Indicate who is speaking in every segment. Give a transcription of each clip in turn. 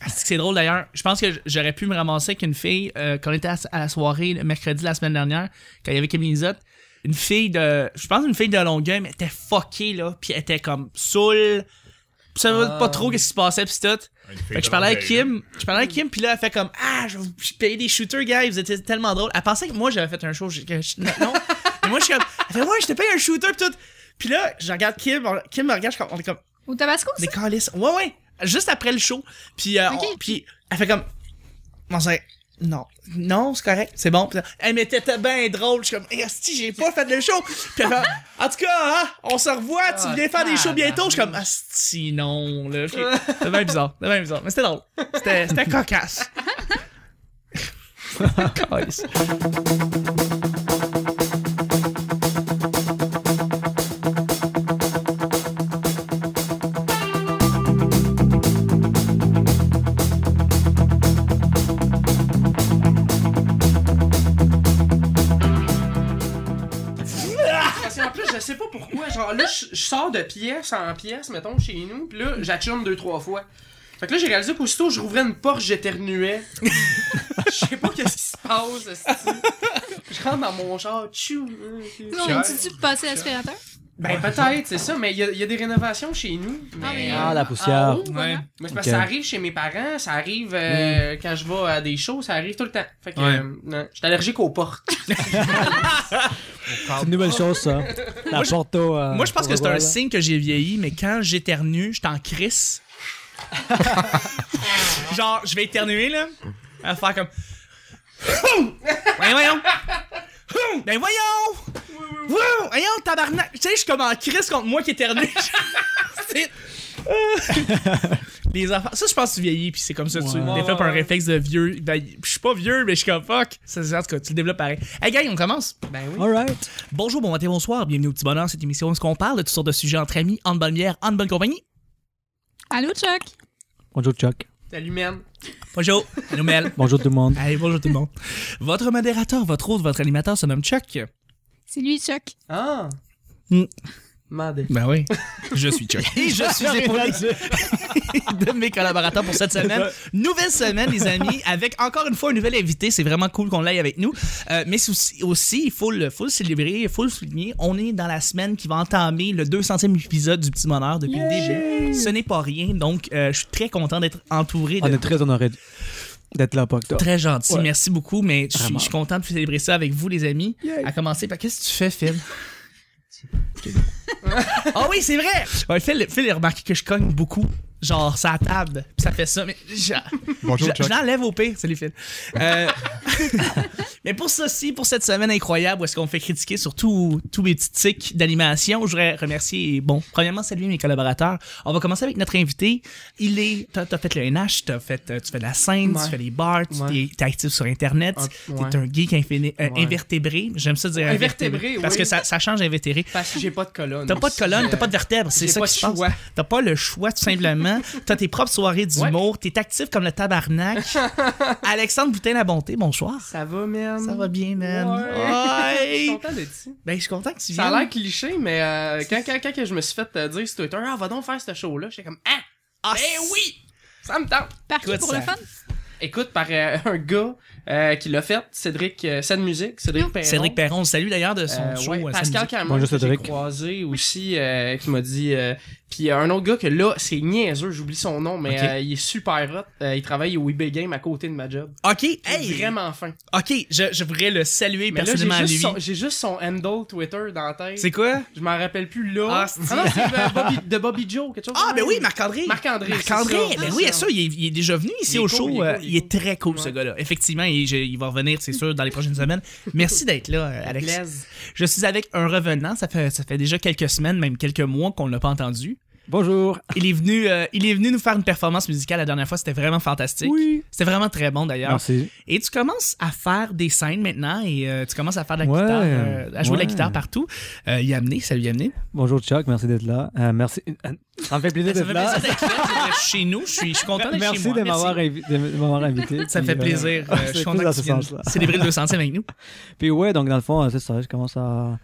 Speaker 1: Asti que c'est drôle d'ailleurs. Je pense que j'aurais pu me ramasser avec une fille euh, quand on était à, à la soirée le mercredi la semaine dernière, quand il y avait Camille Lizotte. Une fille de. Je pense une fille de Longueuil, mais elle était fuckée, là. Puis elle était comme saoule. Puis ça va pas trop qu'est-ce qui se passait, pis tout. Fait que je parlais à Kim, je parlais à Kim, puis là, elle fait comme Ah, je vais vous payer des shooters, guys, vous étiez tellement drôle. Elle pensait que moi, j'avais fait un show. je- que je- non. Mais moi, je suis comme Elle fait Ouais, je te paye un shooter, pis tout. Puis là, je regarde Kim, on- Kim me regarde, je suis comme- on est comme
Speaker 2: Au Tabasco,
Speaker 1: des
Speaker 2: ça?
Speaker 1: câlisses. Ouais, ouais. Juste après le show. Puis, euh,
Speaker 2: Ok.
Speaker 1: on- puis elle fait comme. On s'est. Non, non, c'est correct, c'est bon. Puis, elle m'était bien drôle. Je suis comme, si j'ai pas fait le show. Puis elle fait, en tout cas, hein, on se revoit, tu
Speaker 3: Ah,
Speaker 1: viens faire des shows
Speaker 3: tabarnak.
Speaker 1: bientôt. Je suis comme, asti, non, là. Puis, C'était bien bizarre, c'était bien bizarre. Mais c'était drôle. C'était c'était cocasse. Calisse.
Speaker 3: Parce qu'en plus, je sais pas pourquoi. Genre, là, je, je sors de pièce en pièce, mettons, chez nous, pis là, j'atchume deux, trois fois. Fait que là, j'ai réalisé qu'aussitôt, je rouvrais une porte, j'éternuais. Je sais pas qu'est-ce qui se passe, esti. Je rentre dans mon char, tchou.
Speaker 2: On dit-tu de passer l'aspirateur?
Speaker 3: Ben, peut-être, c'est ça, mais il y, a- il y a des rénovations chez nous.
Speaker 2: Ah,
Speaker 3: Mais,
Speaker 2: mais-
Speaker 4: Ah, la poussière.
Speaker 2: en haut, voilà.
Speaker 1: Ouais.
Speaker 3: mais c'est parce
Speaker 4: Ok.
Speaker 3: que ça arrive chez mes parents, ça arrive euh, quand je vais à des shows, ça arrive tout le temps. Fait que,
Speaker 1: Mm. Ouais.
Speaker 3: euh, non, je suis allergique aux portes.
Speaker 4: C'est une nouvelle chose, ça. La porte au, euh,
Speaker 1: Moi, Ah, oh. je pense
Speaker 4: au
Speaker 1: que c'est un
Speaker 4: revoir, là.
Speaker 1: signe que j'ai vieilli, mais quand j'éternue, je t'en crisse. Genre, je vais éternuer, là. À faire comme. ben voyons! ben voyons! Voyons, Voyons, tabarnak! Tu sais, je suis comme en crisse contre moi qui éternue. C'est- Les enfants. Ça, je pense que tu vieillis, puis c'est comme ça, tu
Speaker 4: Ouais.
Speaker 1: développes un réflexe de vieux. Ben, je suis pas vieux, mais je suis comme fuck. Ça, c'est en tout cas, tu le développes pareil. Hey, gang, on commence.
Speaker 3: ben oui.
Speaker 4: All right.
Speaker 1: Bonjour, bon matin, bonsoir, bienvenue au petit bonheur, cette émission où on parle de toutes sortes de sujets entre amis, en bonne bière, en bonne compagnie.
Speaker 2: Allô, Chuck?
Speaker 4: Bonjour, Chuck.
Speaker 3: Salut, man.
Speaker 1: Bonjour, Noumel.
Speaker 4: Bonjour, tout le monde.
Speaker 1: Allez, bonjour tout le monde. Votre modérateur, votre hôte, votre animateur se nomme Chuck.
Speaker 2: C'est lui, Chuck.
Speaker 3: Ah!
Speaker 1: Hmm.
Speaker 3: Mandé.
Speaker 1: Ben oui. Je suis Chuck. Et je suis épaulé de mes collaborateurs pour cette semaine. Nouvelle semaine, les amis, avec encore une fois un nouvel invité. C'est vraiment cool qu'on l'aille avec nous. Euh, mais c'est aussi, aussi, il faut le, faut le célébrer, il faut le souligner. On est dans la semaine qui va entamer le 200e épisode du Petit Bonheur depuis le début. Ce n'est pas rien. Donc, euh, je suis très content d'être entouré de
Speaker 4: On est très honorés d'être là pour octobre.
Speaker 1: Très gentil,
Speaker 4: Ouais.
Speaker 1: merci beaucoup, mais je suis-
Speaker 4: Vraiment.
Speaker 1: je suis content de célébrer ça avec vous, les amis.
Speaker 4: Yay.
Speaker 1: À commencer par qu'est-ce que tu fais, Phil Ah oui, c'est vrai. Ouais, Phil, Phil il a remarqué que je cogne beaucoup, genre ça table, puis ça fait ça, mais je,
Speaker 5: Bonjour,
Speaker 1: je- je
Speaker 5: Chuck.
Speaker 1: l'enlève au pire, salut Phil. Euh, mais pour ceci, pour cette semaine incroyable, où est-ce qu'on fait critiquer sur tout- tous mes petits tics d'animation, je voudrais remercier, bon, premièrement saluer mes collaborateurs. On va commencer avec notre invité. Il est, t'as as fait le NH, t'as fait, euh, tu fais de la scène,
Speaker 3: Ouais.
Speaker 1: tu fais les bars, tu
Speaker 3: Ouais.
Speaker 1: t'es- t'es actif sur Internet,
Speaker 3: Ah,
Speaker 1: t'es
Speaker 3: ouais.
Speaker 1: un geek infini- euh,
Speaker 3: Ouais.
Speaker 1: invertébré. J'aime ça dire
Speaker 3: Invertébré,
Speaker 1: invertébré,
Speaker 3: oui.
Speaker 1: parce que ça, ça change invertébré.
Speaker 3: Parce que j'ai pas de colonne.
Speaker 1: T'as pas de colonne, t'as pas de vertèbre, c'est
Speaker 3: j'ai
Speaker 1: ça
Speaker 3: pas
Speaker 1: qui se
Speaker 3: de choix.
Speaker 1: passe. T'as pas le choix, tout simplement. T'as tes propres soirées d'humour, t'es actif comme le tabarnak. Alexandre Boutin-La Bonté, bonsoir.
Speaker 3: Ça va, man.
Speaker 1: Ça va bien, man.
Speaker 3: Ouais. Je suis
Speaker 1: Ouais.
Speaker 3: content d'être ici.
Speaker 1: Ben, je suis content que tu
Speaker 3: Ça
Speaker 1: viennes.
Speaker 3: a l'air cliché, mais euh, quand, quand, quand que je me suis fait euh, dire sur Twitter, ah, va donc faire ce show-là, j'étais comme, ah,
Speaker 1: Ah,
Speaker 3: ben oui, ça me tente.
Speaker 2: Par qui
Speaker 1: Écoute,
Speaker 2: pour
Speaker 1: ça-
Speaker 2: le fun?
Speaker 3: Écoute, par euh, un gars euh, qui l'a fait, Cédric, euh, Scène Musique, Cédric Perron.
Speaker 1: Cédric Perron, salut d'ailleurs de son
Speaker 3: Euh,
Speaker 1: show.
Speaker 3: ouais,
Speaker 1: euh,
Speaker 3: Pascal
Speaker 1: samedi.
Speaker 3: Cameron,
Speaker 4: Bonjour,
Speaker 3: que j'ai
Speaker 4: Cédric.
Speaker 3: croisé aussi, euh, qui m'a dit. euh, puis euh, un autre gars que là, c'est niaiseux, j'oublie son nom, mais
Speaker 1: Ok.
Speaker 3: euh, il est super hot. euh, il travaille au eBay Game à côté de ma job.
Speaker 1: Ok,
Speaker 3: Il est
Speaker 1: hey,
Speaker 3: Vraiment fin.
Speaker 1: Ok, je, je voudrais le saluer
Speaker 3: Mais là,
Speaker 1: personnellement à lui.
Speaker 3: j'ai juste, son- j'ai juste son handle Twitter dans la tête.
Speaker 1: C'est quoi?
Speaker 3: Je m'en rappelle plus là.
Speaker 1: Ah, c'est-
Speaker 3: non, c'est euh, Bobby- de Bobby Joe, quelque chose.
Speaker 1: Ah,
Speaker 3: comme
Speaker 1: ben
Speaker 3: ça.
Speaker 1: oui, Marc-André.
Speaker 3: Marc-André. c'est
Speaker 1: Marc-André,
Speaker 3: ça,
Speaker 1: ben
Speaker 3: c'est
Speaker 1: oui,
Speaker 3: ça.
Speaker 1: ça, il est, il est déjà venu ici
Speaker 3: Il est
Speaker 1: au
Speaker 3: cool,
Speaker 1: show. euh, Il est,
Speaker 3: il est cool, il est cool.
Speaker 1: très cool, ce
Speaker 3: Ouais.
Speaker 1: gars-là. Effectivement, il, je- il va revenir, c'est sûr, dans les prochaines semaines. Merci d'être là, euh, Alex.
Speaker 3: Blaise.
Speaker 1: Je suis avec un revenant. Ça fait, ça fait déjà quelques semaines, même quelques mois qu'on ne l'a pas entendu.
Speaker 4: Bonjour.
Speaker 1: Il est, venu, euh, il est venu nous faire une performance musicale la dernière fois. C'était vraiment fantastique.
Speaker 4: Oui.
Speaker 1: C'était vraiment très bon, d'ailleurs.
Speaker 4: Ah, Merci.
Speaker 1: Et tu commences à faire des scènes maintenant et euh, tu commences à faire de la
Speaker 4: Ouais,
Speaker 1: guitare, euh, à jouer de la
Speaker 4: ouais.
Speaker 1: guitare partout. Euh, Yamné, salut Yamné.
Speaker 4: Bonjour, Chuck. Merci d'être là. Euh, merci. euh, Ça me fait plaisir
Speaker 1: Ça
Speaker 4: d'être
Speaker 1: fait
Speaker 4: là.
Speaker 1: plaisir d'être là, d'être chez nous. Je suis, je suis content d'être chez
Speaker 4: Merci
Speaker 1: moi.
Speaker 4: de m'avoir invi- de m'avoir invité.
Speaker 1: Ça me
Speaker 4: puis,
Speaker 1: fait
Speaker 4: euh,
Speaker 1: plaisir. Euh, je suis
Speaker 4: c'est
Speaker 1: content
Speaker 4: plus dans
Speaker 1: que tu
Speaker 4: ce
Speaker 1: viennes
Speaker 4: sens-là.
Speaker 1: célébrer le 200e avec nous.
Speaker 4: Puis ouais, donc dans le fond, euh, c'est ça, je commence à,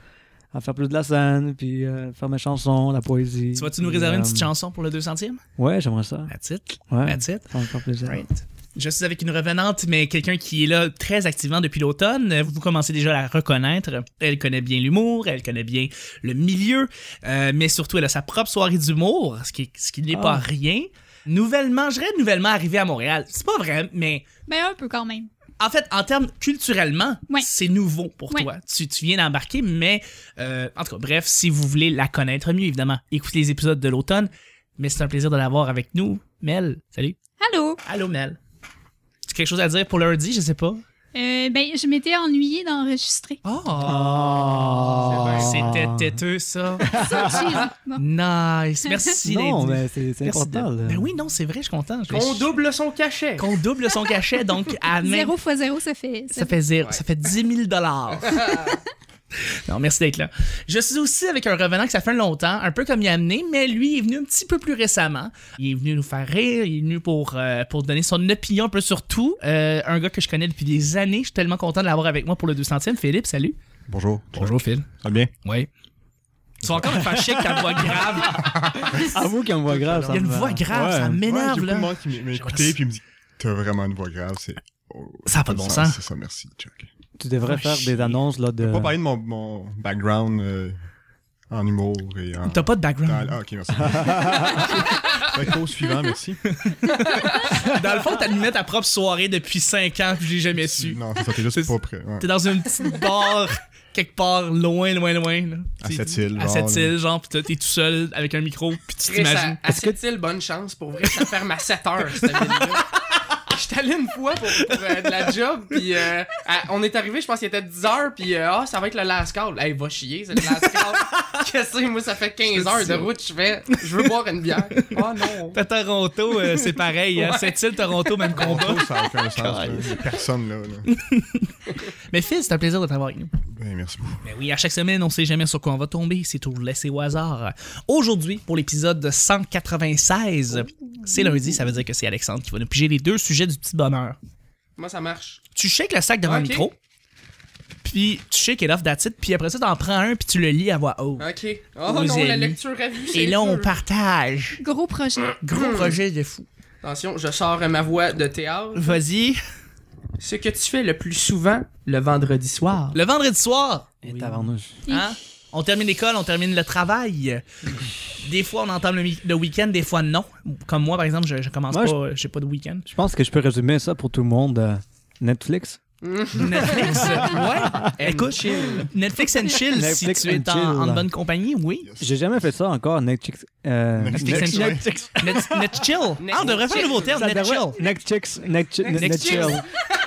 Speaker 4: à faire plus de la scène, puis euh, faire mes chansons, la poésie.
Speaker 1: Tu vas-tu nous réserver une petite
Speaker 4: chance?
Speaker 1: chanson pour le 200e?
Speaker 4: Ouais, j'aimerais ça.
Speaker 1: That's it.
Speaker 4: Ouais.
Speaker 1: That's it.
Speaker 4: Ça me fait plaisir.
Speaker 1: Right. Je suis avec une revenante, mais quelqu'un qui est là très activement depuis l'automne. Euh, Vous commencez déjà à la reconnaître. Elle connaît bien l'humour, elle connaît bien le milieu, euh, mais surtout elle a sa propre soirée d'humour, ce qui, ce qui n'est
Speaker 4: Ah.
Speaker 1: pas rien. Nouvellement, je dirais nouvellement arrivée à Montréal. C'est pas vrai, mais
Speaker 2: Mais Ben, un peu quand même.
Speaker 1: en fait, en termes culturellement,
Speaker 2: Ouais.
Speaker 1: c'est nouveau pour
Speaker 2: Ouais.
Speaker 1: toi. Tu, tu viens d'embarquer, mais euh, en tout cas, bref, si vous voulez la connaître mieux, évidemment, écoutez les épisodes de l'automne. Mais c'est un plaisir de l'avoir avec nous. Mel, salut.
Speaker 2: Allô?
Speaker 1: Allô, Mel. Tu as quelque chose à dire pour lundi, je sais pas.
Speaker 2: Euh, ben, je m'étais ennuyée d'enregistrer.
Speaker 1: Oh!
Speaker 4: Ah.
Speaker 1: C'était têteux, ça.
Speaker 2: Ça, j'ai- bon.
Speaker 1: nice. Merci.
Speaker 4: Non,
Speaker 1: d'être-
Speaker 4: mais c'est c'est
Speaker 1: Merci
Speaker 4: important.
Speaker 1: de-
Speaker 4: là.
Speaker 1: Ben oui, non, c'est vrai, je suis content. Je-
Speaker 3: Qu'on double son cachet.
Speaker 1: Qu'on double son cachet, donc à même-
Speaker 2: 0 fois 0, ça fait.
Speaker 1: Ça fait, zéro,
Speaker 3: Ouais.
Speaker 1: ça fait 10 000 dollars. non, merci d'être là. Je suis aussi avec un revenant que ça fait longtemps, un peu comme Yamné, mais lui est venu un petit peu plus récemment. Il est venu nous faire rire, il est venu pour, euh, pour donner son opinion un peu sur tout. Euh, un gars que je connais depuis des années, je suis tellement content de l'avoir avec moi pour le 200e. Philippe, salut.
Speaker 5: Bonjour.
Speaker 1: Bonjour Phil.
Speaker 5: Ça va bien?
Speaker 1: Oui. Tu vas encore me faire chier avec ta voix grave.
Speaker 4: Avoue qu'il y a une voix grave.
Speaker 1: Il y a une voix grave, ça m'énerve
Speaker 5: ouais, j'ai beaucoup de
Speaker 1: là.
Speaker 5: monde qui m- m'a
Speaker 1: Ouais,
Speaker 5: écouté puis me dit T'as vraiment une voix grave, c'est. oh,
Speaker 1: Ça a pas de bon sens.
Speaker 5: C'est ça, merci, Chuck.
Speaker 4: Tu devrais faire des annonces là, de.
Speaker 5: Pas parler de mon, mon background euh, en humour et en.
Speaker 1: T'as pas de
Speaker 5: dans-
Speaker 1: background.
Speaker 5: Ah, ok, merci. Fait que au suivant, merci.
Speaker 1: Dans le fond, t'animais ta propre soirée depuis 5 ans, puis j'ai jamais su.
Speaker 5: Non, c'est ça, t'es juste
Speaker 1: C'est-
Speaker 5: pas prêt. ouais.
Speaker 1: T'es dans une petite bar quelque part loin, loin, loin. là.
Speaker 5: À
Speaker 1: T'es-
Speaker 5: Sept-Îles,
Speaker 1: À
Speaker 5: genre,
Speaker 1: cette île, genre, pis t'es- t'es tout seul avec un micro, pis tu
Speaker 3: Chris, à,
Speaker 1: t'imagines.
Speaker 3: à Sept-Îles, bonne chance. Pour vrai, ça ferme à 7 heures, cette ville-là. J'étais allé une fois pour, pour, euh, de la job, puis euh, à- on est arrivé, je pense qu'il était 10 heures, puis euh, ah, ça va être le last call. Hey, va chier, c'est le last call. Qu'est-ce que c'est, moi, ça fait 15 heures de route, je fais, je veux boire une bière. Ah non.
Speaker 1: T'as Toronto, euh, c'est pareil. hein.
Speaker 3: Ouais.
Speaker 1: Cette île, Toronto, même
Speaker 5: Mon
Speaker 1: combat.
Speaker 5: show, ça n'a aucun sens. là. Il y a Personne là. là.
Speaker 1: Mais Phil, c'est un plaisir de t'avoir avec nous.
Speaker 5: Ben, merci beaucoup.
Speaker 1: Ben oui, à chaque semaine, on sait jamais sur quoi on va tomber, c'est tout laissé au hasard. Aujourd'hui, pour l'épisode 196, c'est lundi, ça veut dire que c'est Alexandre qui va nous piger les deux sujets du petit bonheur.
Speaker 3: Moi, ça marche.
Speaker 1: Tu shakes le sac devant
Speaker 3: Ok.
Speaker 1: le micro, puis tu shakes it off that's it, puis après ça, t'en prends un, puis tu le lis à voix haute.
Speaker 3: Ok. Oh
Speaker 1: Vous
Speaker 3: non, la
Speaker 1: aimez.
Speaker 3: lecture à vue,
Speaker 1: Et
Speaker 3: c'est
Speaker 1: là, on
Speaker 3: sûr. Hmm.
Speaker 1: partage.
Speaker 2: Gros projet.
Speaker 1: Gros projet de fou.
Speaker 3: Attention, je sors euh, ma voix de théâtre.
Speaker 1: Vas-y.
Speaker 3: Ce que tu fais le plus souvent le vendredi soir.
Speaker 1: Le vendredi soir,
Speaker 4: Et tabarnouche.
Speaker 1: hein, on termine l'école, on termine le travail. Des fois, on entame le, mi- le week-end, des fois, non. Comme moi, par exemple, je, je commence
Speaker 4: Moi, je-
Speaker 1: pas, j'ai pas de week-end.
Speaker 4: Je pense que je peux résumer ça pour tout le monde. euh, Netflix.
Speaker 1: Netflix, ouais.
Speaker 3: And
Speaker 1: Écoute, Netflix and chill,
Speaker 4: Netflix
Speaker 1: si tu
Speaker 4: and
Speaker 1: es en,
Speaker 4: chill.
Speaker 1: en bonne compagnie, oui.
Speaker 5: Yes.
Speaker 4: J'ai jamais fait ça encore, Netflix. euh,
Speaker 1: Netflix and
Speaker 5: Netflix,
Speaker 1: chill.
Speaker 5: ouais.
Speaker 1: Net, net chill. Ah, on devrait faire un nouveau terme,
Speaker 4: Ça
Speaker 1: net
Speaker 4: devrait-
Speaker 1: chill.
Speaker 4: Netflix, Netflix, Netflix.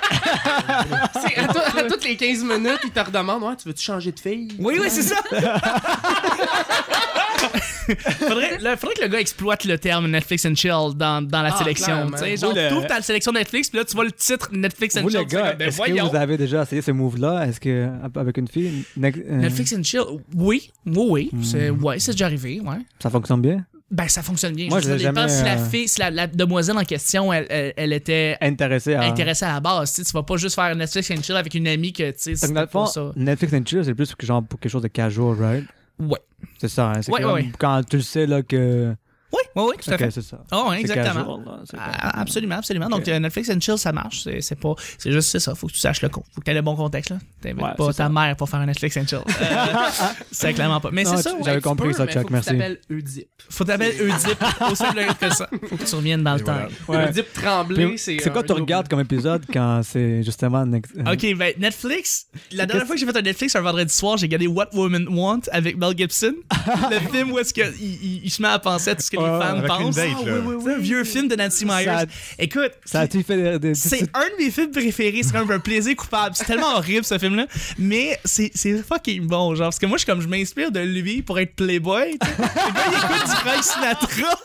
Speaker 3: C'est à, to- à toutes les 15 minutes, ils te redemandent ouais, Tu veux-tu changer de fille
Speaker 1: Oui, oui, c'est ça. faudrait, là, faudrait que le gars exploite le terme Netflix and chill dans, dans la
Speaker 3: Ah,
Speaker 1: sélection.
Speaker 3: clairement.
Speaker 1: Tu sais, genre,
Speaker 4: Vous, le-
Speaker 1: t'ouvres ta sélection Netflix, puis là, tu vois le titre Netflix and
Speaker 4: Vous
Speaker 1: chill.
Speaker 4: les
Speaker 1: tu sais,
Speaker 4: gars,
Speaker 1: comme, ben,
Speaker 4: est-ce
Speaker 1: voyons.
Speaker 4: que vous avez déjà essayé ce move-là Est-ce que avec une fille, ne- euh,
Speaker 1: Netflix and chill, oui, oui, oui.
Speaker 4: Hmm.
Speaker 1: C'est, ouais, c'est déjà arrivé, ouais.
Speaker 4: ça fonctionne bien
Speaker 1: Ben, ça fonctionne bien.
Speaker 4: Moi,
Speaker 1: Je veux
Speaker 4: je l'ai
Speaker 1: dire, dépend
Speaker 4: jamais,
Speaker 1: si la
Speaker 4: euh,
Speaker 1: fille, si la, la demoiselle en question, elle, elle, elle était
Speaker 4: Intéressé à.
Speaker 1: intéressée à la base. Tu sais, tu vas pas juste faire Netflix and chill avec une amie que, tu sais,
Speaker 4: Donc, dans
Speaker 1: c'est
Speaker 4: le fond,
Speaker 1: pas ça.
Speaker 4: Netflix and chill, c'est plus que genre pour quelque chose de casual, right
Speaker 1: Ouais.
Speaker 4: C'est ça. Hein? C'est
Speaker 1: Ouais,
Speaker 4: comme
Speaker 1: ouais, ouais.
Speaker 4: Quand tu le sais là que.
Speaker 1: Oui, oui, oui, tout à
Speaker 4: Ok,
Speaker 1: fait.
Speaker 4: c'est ça.
Speaker 1: Oh,
Speaker 4: C'est
Speaker 1: exactement.
Speaker 4: casual, là, c'est
Speaker 1: Ah,
Speaker 4: comme-
Speaker 1: Absolument, absolument. Donc
Speaker 4: Ok.
Speaker 1: euh, Netflix and chill, ça marche. C'est, c'est pas, c'est juste c'est ça. Faut que tu saches le con. Faut que t'aies le bon contexte là. T'invites
Speaker 4: Ouais,
Speaker 1: pas ta
Speaker 4: c'est ça.
Speaker 1: mère pour faire un Netflix and chill. Euh, c'est clairement pas. Mais
Speaker 4: Non,
Speaker 1: c'est ça.
Speaker 4: tu-
Speaker 1: ouais.
Speaker 4: j'avais
Speaker 3: tu
Speaker 4: compris
Speaker 3: peux,
Speaker 4: ça,
Speaker 3: mais
Speaker 4: Chuck,
Speaker 3: faut que
Speaker 4: merci.
Speaker 3: Tu t'appelles Oedipe.
Speaker 1: Faut t'appeler Oedipe au simple que ça. Faut que tu reviennes dans le
Speaker 5: Et
Speaker 1: temps.
Speaker 5: voilà.
Speaker 4: Ouais.
Speaker 3: Oedipe Tremblay,
Speaker 4: Puis,
Speaker 3: c'est.
Speaker 4: C'est quoi
Speaker 3: un
Speaker 4: tu
Speaker 3: double.
Speaker 4: regardes comme épisode quand c'est justement. Next...
Speaker 1: Ok, ben Netflix. La dernière
Speaker 4: Qu'est-ce-
Speaker 1: fois que j'ai fait un Netflix un vendredi soir, j'ai regardé What Women Want avec Mel Gibson. le film où est-ce qu'il il, il se met à penser à tout ce que les
Speaker 4: Ouais,
Speaker 1: femmes
Speaker 5: avec une
Speaker 1: pensent.
Speaker 5: date,
Speaker 1: Ah,
Speaker 5: là.
Speaker 1: oui, oui, oui. C'est un vieux film de Nancy Myers.
Speaker 4: Ça-
Speaker 1: Écoute,
Speaker 4: Ça a-tu fait des- des.
Speaker 1: c'est
Speaker 4: des-
Speaker 1: un de mes films préférés. C'est comme un plaisir coupable. C'est tellement horrible ce film-là. Mais c'est c'est fucking bon, genre. Parce que moi, je, suis comme, je m'inspire de lui pour être Playboy. tu sais. Le gars, il écoute du Frank Sinatra.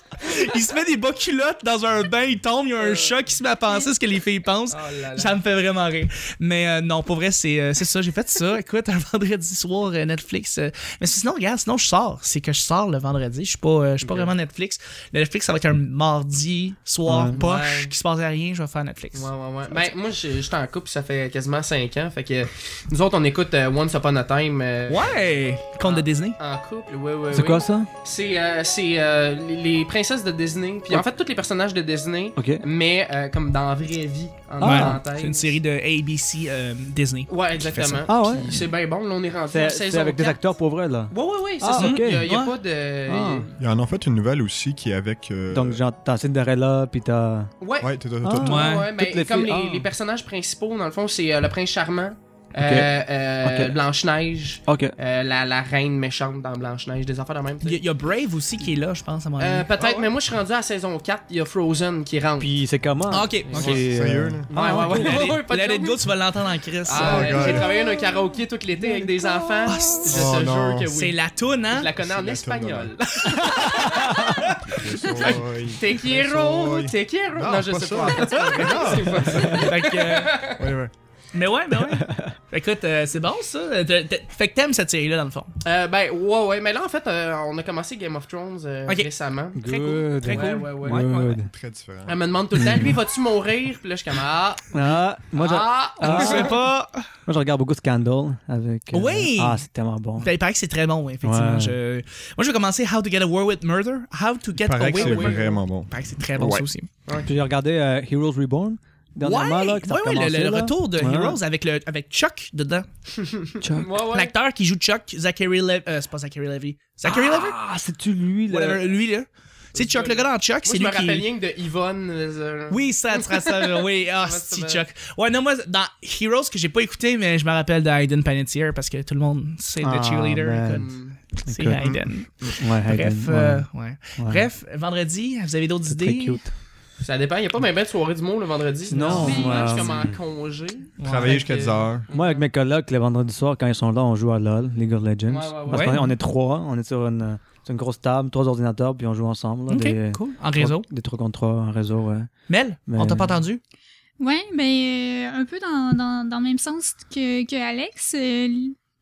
Speaker 1: il se met des bas culottes dans un bain, il tombe, il y a un chat qui se met à penser ce que les filles pensent.
Speaker 3: Oh là là.
Speaker 1: Ça me fait vraiment rire. Mais euh, non, pour vrai, c'est euh, c'est ça. J'ai fait ça. Écoute, un vendredi soir, euh, Netflix. euh, mais sinon, regarde, sinon je sors. C'est que je sors le vendredi. Je suis pas, euh, je suis pas vraiment Netflix. Le Netflix, ça va être un mardi soir
Speaker 4: Ouais.
Speaker 1: poche
Speaker 3: Ouais.
Speaker 1: qui se passe à rien. Je vais faire Netflix.
Speaker 3: Ouais, ouais, ouais. Ben, moi, je- j'étais en couple, ça fait quasiment 5 ans. Fait que nous autres, on écoute euh, Once Upon a Time. euh,
Speaker 1: Ouais! Compte de Disney.
Speaker 3: En couple, ouais, ouais.
Speaker 4: C'est
Speaker 3: ouais.
Speaker 4: quoi ça?
Speaker 3: C'est euh, c'est, euh, les, les princesses de Disney. Puis en fait, tous les personnages de Disney,
Speaker 4: Ok. Ah,
Speaker 3: mais euh, comme dans la vraie vie, Ah, en
Speaker 1: Ouais.
Speaker 3: parenthèse.
Speaker 1: C'est une série de ABC euh, Disney.
Speaker 3: Ouais,
Speaker 1: Qui fait
Speaker 3: exactement.
Speaker 4: Ah ouais?
Speaker 3: Puis C'est bien bon, là, on est rendu à
Speaker 4: C'est
Speaker 3: la
Speaker 4: c'est
Speaker 3: saison
Speaker 4: avec des
Speaker 3: 4.
Speaker 4: acteurs pour vrai, là.
Speaker 3: Ouais, ouais, ouais, c'est
Speaker 4: Ah,
Speaker 3: ça.
Speaker 4: ok.
Speaker 3: Il y a, il y a
Speaker 1: Ouais.
Speaker 3: pas de.
Speaker 4: Ah.
Speaker 5: Ils en ont fait une nouvelle aussi qui est avec. euh,
Speaker 4: Donc, genre, t'as Cinderella, puis t'as.
Speaker 3: Ouais,
Speaker 5: Ouais, t'as- t'as-
Speaker 4: Ah.
Speaker 5: t'as-
Speaker 3: Ouais,
Speaker 1: Ouais,
Speaker 3: ouais, mais
Speaker 4: toutes les
Speaker 3: comme
Speaker 4: filles-
Speaker 3: les,
Speaker 4: ah.
Speaker 3: les personnages principaux, dans le fond, c'est euh, le prince charmant, euh, euh,
Speaker 4: Ok.
Speaker 3: Blanche-Neige,
Speaker 4: Ah. Ok.
Speaker 3: euh, la, la reine méchante dans Blanche-Neige, des affaires de même. tu
Speaker 1: Il
Speaker 3: sais.
Speaker 1: y, a- il y a Brave aussi qui est là, je pense, à mon avis.
Speaker 3: Euh, Peut-être, mais moi je suis rendu à la saison 4, il y a Frozen qui rentre.
Speaker 4: Puis c'est comment?
Speaker 1: Ah, ok. ok.
Speaker 4: C'est, euh,
Speaker 5: Sérieux, là?
Speaker 3: Ouais, ouais, ouais.
Speaker 1: Let
Speaker 3: ouais,
Speaker 1: it,
Speaker 3: ouais, pas de
Speaker 1: Let it
Speaker 3: joke.
Speaker 1: go, tu vas l'entendre en crise.
Speaker 3: Ah,
Speaker 5: Oh,
Speaker 3: ouais,
Speaker 5: God.
Speaker 3: j'ai travaillé dans un karaoké tout l'été avec des enfants.
Speaker 1: Ah,
Speaker 3: je
Speaker 1: c'est-
Speaker 5: Oh,
Speaker 3: te
Speaker 5: non.
Speaker 3: jure que
Speaker 1: C'est
Speaker 3: oui.
Speaker 1: la toune,
Speaker 3: Je
Speaker 1: hein?
Speaker 3: la connais en
Speaker 5: C'est la
Speaker 3: espagnol.
Speaker 5: Soy.
Speaker 3: Te quiero,
Speaker 5: Soy.
Speaker 3: te quiero.
Speaker 5: Non,
Speaker 3: Non, je
Speaker 5: pas
Speaker 3: sais
Speaker 5: ça.
Speaker 3: pas. C'est pas ça.
Speaker 1: Fait que, euh,
Speaker 5: Ouais, ouais.
Speaker 1: mais ouais, mais ouais. Écoute, euh, c'est bon ça. T'as- t'as- Fait que t'aimes cette série-là, dans le fond.
Speaker 3: Euh, ben, ouais, ouais. Mais là, en fait, euh, on a commencé Game of Thrones euh,
Speaker 1: Ok.
Speaker 3: récemment.
Speaker 1: Très cool. Très
Speaker 3: Ouais,
Speaker 1: cool.
Speaker 3: ouais, ouais.
Speaker 1: Ouais, ouais, ouais.
Speaker 4: Good.
Speaker 5: Très différent.
Speaker 3: Elle me demande tout le temps, lui, vas-tu mourir? Puis là, je suis comme, ah,
Speaker 4: Ah, moi, je,
Speaker 3: ah.
Speaker 4: Ah.
Speaker 1: Je sais pas.
Speaker 4: moi, je regarde beaucoup Scandal avec.
Speaker 1: Oui!
Speaker 4: Ah, c'est tellement bon.
Speaker 1: Ben, Il paraît que c'est très bon, ouais, effectivement.
Speaker 4: Ouais.
Speaker 1: Je- Moi, je vais commencer How to Get Away with Murder. How to Get
Speaker 5: Il paraît
Speaker 1: Away
Speaker 5: que c'est
Speaker 1: with Murder.
Speaker 5: vraiment bon.
Speaker 1: Il paraît que c'est très bon,
Speaker 5: Ouais.
Speaker 1: ça aussi.
Speaker 4: Puis j'ai regardé euh, Heroes Reborn dernièrement,
Speaker 1: Ben. ouais,
Speaker 4: là, qui s'est
Speaker 1: ouais, ouais,
Speaker 4: recommencé,
Speaker 1: le, le
Speaker 4: là.
Speaker 1: retour de
Speaker 4: Ouais.
Speaker 1: Heroes avec, le, avec Chuck dedans.
Speaker 4: Chuck.
Speaker 3: Ouais, ouais.
Speaker 1: L'acteur qui joue Chuck, Zachary Levy. Euh, c'est pas Zachary Levy. Zachary Levy?
Speaker 4: Ah, c'est-tu lui, là?
Speaker 1: Whatever, lui, là. C'est Chuck, le gars dans Chuck,
Speaker 3: Moi,
Speaker 1: c'est
Speaker 3: je
Speaker 1: lui
Speaker 3: me
Speaker 1: qui.
Speaker 3: rappelle rien que de Yvonne. euh,
Speaker 1: Oui, ça, ça, ça, oui. Ah,
Speaker 3: Ouais,
Speaker 1: c'est
Speaker 3: c'est
Speaker 1: Chuck. Ouais, non, moi, dans Heroes, que j'ai pas écouté, mais je me rappelle de Hayden Panettiere parce que tout le monde sait
Speaker 4: Ah,
Speaker 1: le cheerleader.
Speaker 4: man.
Speaker 3: Hum.
Speaker 1: écoute, C'est
Speaker 4: Écoute.
Speaker 1: Hayden.
Speaker 4: Ouais,
Speaker 1: Bref,
Speaker 4: Hayden,
Speaker 1: euh,
Speaker 4: ouais,
Speaker 1: ouais.
Speaker 4: ouais.
Speaker 1: Bref, vendredi, vous avez d'autres
Speaker 4: C'est très
Speaker 1: idées?
Speaker 4: cute.
Speaker 3: Ça dépend, il n'y a pas même belle soirée du mot le vendredi.
Speaker 4: Non,
Speaker 3: Souvent,
Speaker 4: ouais.
Speaker 3: je suis comme en congé.
Speaker 1: Ouais.
Speaker 5: Travailler
Speaker 3: Fait que-
Speaker 5: jusqu'à 10 heures.
Speaker 4: Moi, avec mes colocs, le vendredi soir, quand ils sont là, on joue à LoL, League of Legends.
Speaker 3: Ouais, ouais, ouais.
Speaker 4: Parce qu'on est- on est trois, on est sur une, sur une grosse table, trois ordinateurs, puis on joue ensemble. là,
Speaker 1: Ok,
Speaker 4: des,
Speaker 1: cool. En réseau.
Speaker 4: Des trois contre trois en réseau, ouais.
Speaker 1: Mel, on
Speaker 4: Mais-
Speaker 1: t'a pas entendu?
Speaker 2: Ouais, mais euh, un peu dans, dans, dans le même sens que, que Alex. euh,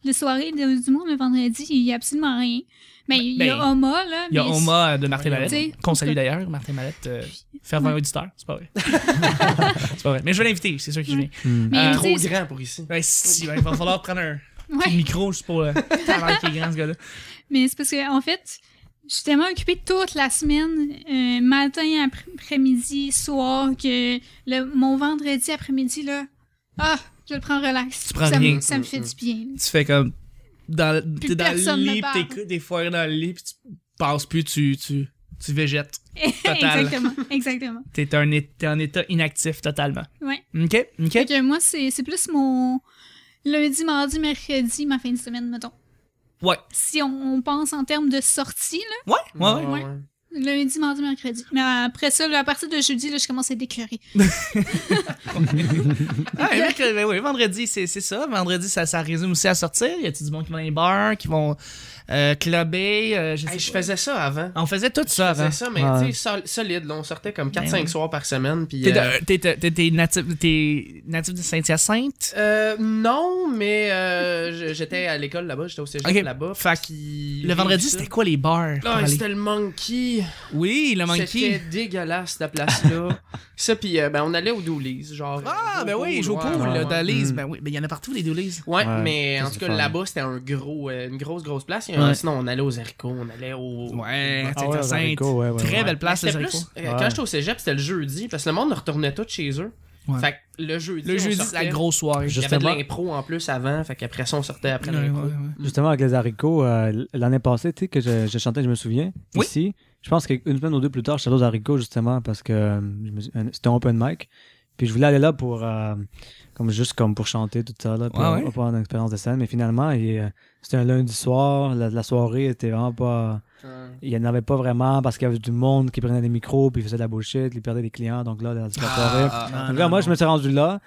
Speaker 2: les soirées de- du monde le vendredi, il n'y a absolument rien. Mais il y
Speaker 1: Ben,
Speaker 2: a Oma, là.
Speaker 1: Il y a
Speaker 2: mais-
Speaker 1: Oma de Martin
Speaker 2: T'sais,
Speaker 1: Mallette, qu'on salue d'ailleurs. Martin Mallette, euh, fervent auditeur, c'est pas vrai. c'est pas vrai. Mais je vais l'inviter, c'est sûr qu'il vient.
Speaker 4: Hmm.
Speaker 2: Mais
Speaker 1: Euh,
Speaker 3: Trop
Speaker 2: tu sais,
Speaker 3: grand pour ici.
Speaker 1: Ouais, si, ouais, il va falloir prendre un petit
Speaker 2: ouais.
Speaker 1: micro juste pour euh, le talent qui est grand, ce gars-là.
Speaker 2: Mais c'est parce que, en fait, je suis tellement occupée toute la semaine, euh, matin, après- après-midi, soir, que le, mon vendredi après-midi, là, ah, je le prends relax.
Speaker 1: Tu prends
Speaker 2: ça, me-
Speaker 1: rien.
Speaker 2: ça me fait du bien.
Speaker 1: tu fais comme dans
Speaker 2: Plus
Speaker 1: t'es dans
Speaker 2: personne
Speaker 1: le
Speaker 2: me
Speaker 1: lit
Speaker 2: parle.
Speaker 1: t'écoutes des foirés dans le lit puis tu passes plus tu tu tu végètes Total.
Speaker 2: exactement, exactement.
Speaker 1: t'es un é- t'es en état inactif totalement
Speaker 2: Ouais.
Speaker 1: ok
Speaker 2: Fait
Speaker 1: ok
Speaker 2: que moi, c'est c'est plus mon lundi, mardi, mercredi, ma fin de semaine, mettons.
Speaker 1: ouais
Speaker 2: Si on, on pense en termes de sortie, là,
Speaker 1: ouais ouais, ouais.
Speaker 2: ouais. lundi, mardi, mercredi. Mais après ça, là, à partir de jeudi, là, je commence à décœurer.
Speaker 1: Ah, et mercredi, ben oui, vendredi c'est c'est ça vendredi ça ça résume aussi à sortir y a-tu du monde qui vont dans les bars qui vont euh, clubber euh, je sais
Speaker 3: Hey, je
Speaker 1: pas.
Speaker 3: faisais ça avant.
Speaker 1: on faisait tout ça
Speaker 3: Je faisais
Speaker 1: avant
Speaker 3: ça, mais
Speaker 4: Ouais.
Speaker 3: tu sais, sol- solide. là, on sortait comme
Speaker 1: Ben
Speaker 3: 4-5
Speaker 1: ouais.
Speaker 3: soirs par semaine. Puis,
Speaker 1: T'es de-
Speaker 3: euh,
Speaker 1: t'es- t'es t'es- t'es natif t'es natif de Saint-Hyacinthe
Speaker 3: euh, non, mais euh, je- j'étais à l'école là-bas, j'étais au cégep
Speaker 1: Ok.
Speaker 3: là-bas.
Speaker 1: Fait
Speaker 3: puis
Speaker 1: le vendredi
Speaker 3: ça.
Speaker 1: c'était quoi les bars pour
Speaker 3: Ah,
Speaker 1: aller?
Speaker 3: c'était le monkey.
Speaker 1: oui le
Speaker 3: C'était
Speaker 1: monkey
Speaker 3: dégueulasse, cette place-là. ça, puis euh, ben, on allait au Doolies, genre.
Speaker 1: ah
Speaker 3: euh,
Speaker 1: ben
Speaker 3: au
Speaker 1: oui
Speaker 3: pool,
Speaker 1: je joue au
Speaker 3: ouais,
Speaker 1: pool
Speaker 3: ouais,
Speaker 1: le
Speaker 3: ouais.
Speaker 1: Dalies
Speaker 4: Mm.
Speaker 1: ben oui ben il y en a partout des Dalies
Speaker 3: Ouais,
Speaker 4: Ouais,
Speaker 3: mais
Speaker 4: ça,
Speaker 3: en
Speaker 4: c'est
Speaker 3: tout cas,
Speaker 4: fun.
Speaker 3: là-bas, c'était un gros, euh, une grosse, grosse place. Et, euh,
Speaker 1: Ouais.
Speaker 3: Sinon, on allait aux haricots, on allait au.
Speaker 1: Ouais,
Speaker 4: Ah
Speaker 1: c'est
Speaker 4: ouais,
Speaker 1: Sainte.
Speaker 4: Zarico, ouais, ouais,
Speaker 1: Très
Speaker 4: ouais.
Speaker 1: belle
Speaker 3: Mais
Speaker 1: place, les
Speaker 3: c'était plus,
Speaker 1: Zarico.
Speaker 3: euh,
Speaker 4: Ouais.
Speaker 3: Quand j'étais au cégep, c'était le jeudi, parce que le monde retournait tout chez eux.
Speaker 1: Ouais.
Speaker 3: Fait que le jeudi.
Speaker 1: Le
Speaker 3: on
Speaker 1: jeudi, c'est
Speaker 3: sortait.
Speaker 1: la grosse soirée.
Speaker 3: Il y avait de
Speaker 4: Justement.
Speaker 3: l'impro en plus avant, fait qu'après ça, on sortait après
Speaker 1: Ouais,
Speaker 3: l'impro.
Speaker 1: ouais, ouais.
Speaker 4: Justement, avec les haricots, euh, l'année passée, tu sais, que je, je chantais, je me souviens,
Speaker 1: Oui.
Speaker 4: ici, je pense qu'une semaine ou deux plus tard, je chantais aux haricots, justement, parce que euh, je me suis- un- c'était un open mic. Puis je voulais aller là pour, euh, comme juste comme pour chanter, tout ça, là, pour
Speaker 1: Ouais,
Speaker 4: pour
Speaker 1: ouais.
Speaker 4: avoir une expérience de scène. Mais finalement, il, euh, c'était un lundi soir, la, la soirée était vraiment pas.
Speaker 3: Ouais.
Speaker 4: Il n'y en avait pas vraiment parce qu'il y avait du monde qui prenait des micros, puis faisait de la bullshit, ils perdaient des clients, donc là, la la soirée.
Speaker 1: Ah,
Speaker 4: Donc
Speaker 1: non,
Speaker 4: là, moi,
Speaker 1: non.
Speaker 4: je me suis rendu là.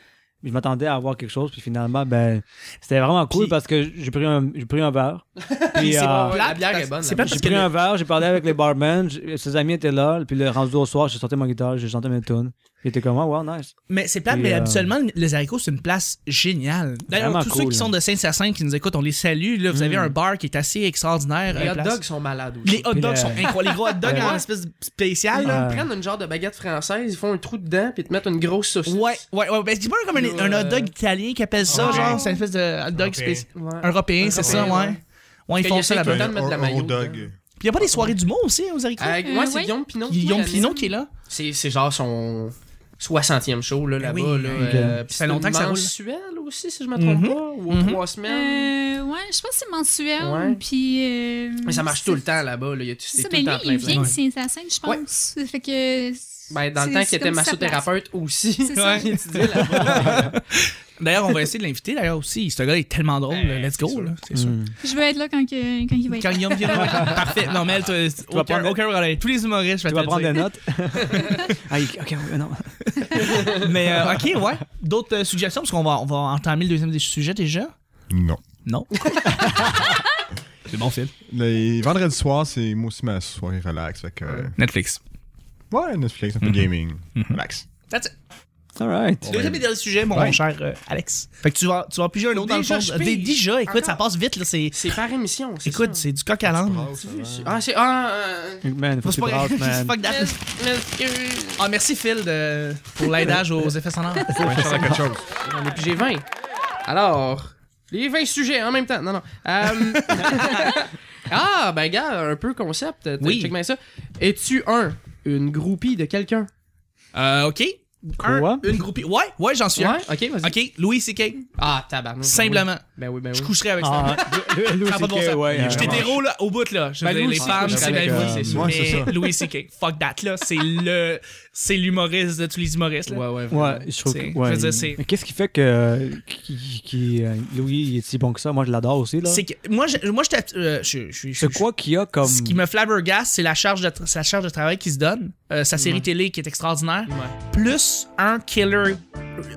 Speaker 4: Je m'attendais à avoir quelque chose, puis finalement, ben, c'était vraiment cool
Speaker 1: Puis-
Speaker 4: parce que j'ai pris un, j'ai pris un verre. Puis,
Speaker 1: c'est
Speaker 4: euh,
Speaker 1: bon,
Speaker 3: ouais,
Speaker 1: plate
Speaker 3: la bière
Speaker 1: parce-
Speaker 3: est bonne,
Speaker 1: C'est
Speaker 3: la
Speaker 1: plate
Speaker 4: j'ai
Speaker 1: parce
Speaker 4: pris
Speaker 1: que
Speaker 4: un verre, j'ai parlé avec les barmen, j'ai- ses amis étaient là, puis le rendu au soir, j'ai sorti ma guitare, j'ai chanté mes tunes. Puis était comme, Ah, wow, nice.
Speaker 1: Mais c'est plate,
Speaker 4: Puis,
Speaker 1: mais
Speaker 4: euh,
Speaker 1: habituellement, les haricots, c'est une place géniale. D'ailleurs,
Speaker 4: Vraiment
Speaker 1: tous
Speaker 4: cool,
Speaker 1: ceux qui
Speaker 4: là.
Speaker 1: sont de Saint-Hyacinthe qui nous écoutent, on les salue. Là, vous avez un bar qui est assez extraordinaire.
Speaker 3: Les
Speaker 1: Mm. euh,
Speaker 3: hot
Speaker 1: place.
Speaker 3: dogs sont malades aussi.
Speaker 1: Les hot
Speaker 4: Puis
Speaker 1: dogs
Speaker 4: le-
Speaker 1: sont incroyables. Les gros hot dogs
Speaker 4: Ouais.
Speaker 1: en espèce spéciale.
Speaker 3: Ils
Speaker 1: Ah, là.
Speaker 4: Ouais.
Speaker 3: prennent une genre de baguette française, ils font un trou dedans, puis ils te mettent une grosse saucisse.
Speaker 1: Ouais, ouais, ouais. Ben, c'est pas comme un, un hot dog
Speaker 3: Ouais.
Speaker 1: italien qui appelle ça,
Speaker 5: Ouais.
Speaker 1: genre, c'est une espèce de hot
Speaker 6: Européen.
Speaker 1: dog spécial.
Speaker 3: Ouais. Euh,
Speaker 1: Européen, c'est ça,
Speaker 3: Européen,
Speaker 1: ouais.
Speaker 3: ouais.
Speaker 1: Ouais, ils
Speaker 3: Parce
Speaker 1: font
Speaker 3: qu'il
Speaker 1: ça
Speaker 3: y a
Speaker 1: là-bas.
Speaker 3: quelqu'un- temps de mettre de la maillot
Speaker 5: dog.
Speaker 3: dedans.
Speaker 1: Puis y a pas des soirées d'humour aussi hein, aux haricots?
Speaker 3: Avec moi,
Speaker 2: Euh,
Speaker 3: c'est
Speaker 2: ouais.
Speaker 3: Guillaume Pinot.
Speaker 1: Guillaume
Speaker 3: qui
Speaker 1: Pinot
Speaker 3: l'anime.
Speaker 1: qui est là.
Speaker 3: C'est c'est genre son 60e show là, là-bas.
Speaker 1: Ben oui,
Speaker 3: là,
Speaker 1: ok.
Speaker 3: euh, puis
Speaker 1: Ça fait longtemps que ça roule.
Speaker 3: mensuel aussi, si je me trompe
Speaker 1: Mhm.
Speaker 3: pas, ou aux
Speaker 1: Mhm.
Speaker 3: trois semaines.
Speaker 2: Euh, ouais, je pense que c'est mensuel.
Speaker 3: Ouais.
Speaker 2: Puis. euh,
Speaker 3: Mais ça marche
Speaker 2: c'est-
Speaker 3: tout le temps là-bas. Là. Il y a tout,
Speaker 2: C'est
Speaker 3: c'est
Speaker 2: ça,
Speaker 3: tout
Speaker 2: mais
Speaker 3: le
Speaker 2: lui,
Speaker 3: temps plein,
Speaker 2: il
Speaker 3: plein.
Speaker 2: vient
Speaker 1: Ouais.
Speaker 2: de Saint-Hyacinthe, je
Speaker 3: Ouais.
Speaker 2: pense. Fait que. c'est-
Speaker 3: Ben, dans le
Speaker 2: c'est-
Speaker 3: temps
Speaker 2: c'est
Speaker 3: qu'il était
Speaker 2: comme sa place.
Speaker 3: massothérapeute aussi.
Speaker 2: C'est ça.
Speaker 1: Ouais. D'ailleurs, on va essayer de l'inviter, d'ailleurs, aussi. Ce gars est tellement drôle.
Speaker 6: Ben,
Speaker 1: là. Let's
Speaker 6: c'est
Speaker 1: go,
Speaker 6: sûr.
Speaker 1: là. C'est sûr.
Speaker 4: Mm.
Speaker 2: Je veux être là quand, que- quand il va être
Speaker 1: Quand
Speaker 2: là.
Speaker 1: Guillaume Pinot- Parfait. Non, mais elle, toi,
Speaker 4: vas
Speaker 1: aucun-
Speaker 4: prendre-
Speaker 1: aucun problème. Tous les humoristes, je vais te
Speaker 4: Tu vas
Speaker 1: le
Speaker 4: prendre
Speaker 1: dire.
Speaker 4: des notes. ah, il- ok, oui, non.
Speaker 1: Mais, euh, OK, ouais. D'autres euh, suggestions, parce qu'on va, on va entamer le deuxième des sujets déjà.
Speaker 5: Non.
Speaker 1: Non. c'est bon, Phil.
Speaker 5: Les vendredis soirs, c'est moi aussi ma soirée relax. Fait que, euh,
Speaker 1: Netflix.
Speaker 5: ouais, Netflix, un peu gaming. Relax.
Speaker 1: That's it.
Speaker 4: All right.
Speaker 1: Deuxième et dernier sujet, mon
Speaker 5: Ouais.
Speaker 1: cher euh, Alex. Fait que tu vas, tu vas piger un autre dans le
Speaker 3: Déjà,
Speaker 1: fond.
Speaker 3: je
Speaker 1: Dé-
Speaker 3: pige.
Speaker 1: Déjà, écoute,
Speaker 3: Encore.
Speaker 1: ça passe vite, là. C'est...
Speaker 3: C'est par émission. c'est
Speaker 1: Écoute,
Speaker 3: ça.
Speaker 1: c'est du coq à l'âne.
Speaker 5: Brasse, ça va.
Speaker 3: Ah, c'est. Ah, euh,
Speaker 4: Man, faut que
Speaker 1: C'est
Speaker 4: tu
Speaker 1: pas grave.
Speaker 4: brasses, man.
Speaker 1: Fuck that. Ah, merci, Phil, de- pour l'aidage aux effets sonores.
Speaker 5: Ouais, je sens quelque chose.
Speaker 3: On est pigé 20. Alors, les 20 sujets en même temps. Non, non. Euh, ah, ben, gars, un peu concept. T'as-
Speaker 1: Oui.
Speaker 3: Check bien ça. Es-tu un, une groupie de quelqu'un?
Speaker 1: Euh, OK. Un-
Speaker 4: Quoi?
Speaker 1: une groupie. Ouais, ouais, j'en suis
Speaker 3: Ouais,
Speaker 1: un.
Speaker 3: ok, vas-y.
Speaker 1: OK, Louis C.K.
Speaker 3: Ah, tabarnak.
Speaker 1: Simplement.
Speaker 3: Ben oui, ben oui.
Speaker 1: Je coucherai avec ça.
Speaker 4: Ah, le- le-
Speaker 1: Ça a pas de bon
Speaker 4: Louis
Speaker 1: sens.
Speaker 4: CK, ouais,
Speaker 1: Je
Speaker 4: euh,
Speaker 1: t'hétéro là, au bout là. Je veux
Speaker 3: Ben,
Speaker 1: dire,
Speaker 3: nous
Speaker 1: les
Speaker 3: aussi,
Speaker 1: femmes,
Speaker 3: je
Speaker 1: c'est
Speaker 3: connais
Speaker 1: ma
Speaker 4: que-
Speaker 1: vie.
Speaker 5: Ouais, c'est ça.
Speaker 1: Mais Louis C.K. Fuck that là, c'est le, c'est l'humoriste de tous les humoristes là.
Speaker 3: Ouais, ouais.
Speaker 4: Ouais, je trouve
Speaker 1: C'est-
Speaker 4: que.
Speaker 1: je
Speaker 4: ouais,
Speaker 1: veux dire,
Speaker 4: il-
Speaker 1: c'est-
Speaker 4: mais Qu'est-ce qui fait que euh, qui, qui- euh, Louis il est si bon que ça? Moi, je l'adore aussi. là.
Speaker 1: C'est que moi, je, moi, je, t'ai- euh, je, je- je-
Speaker 4: C'est
Speaker 1: je-
Speaker 4: quoi qu'il y a comme.
Speaker 1: Ce qui me flabbergasse, c'est la charge de, tra- sa charge de travail qu'il se donne, euh, sa série
Speaker 3: Ouais.
Speaker 1: télé qui est extraordinaire,
Speaker 3: Ouais.
Speaker 1: plus un killer,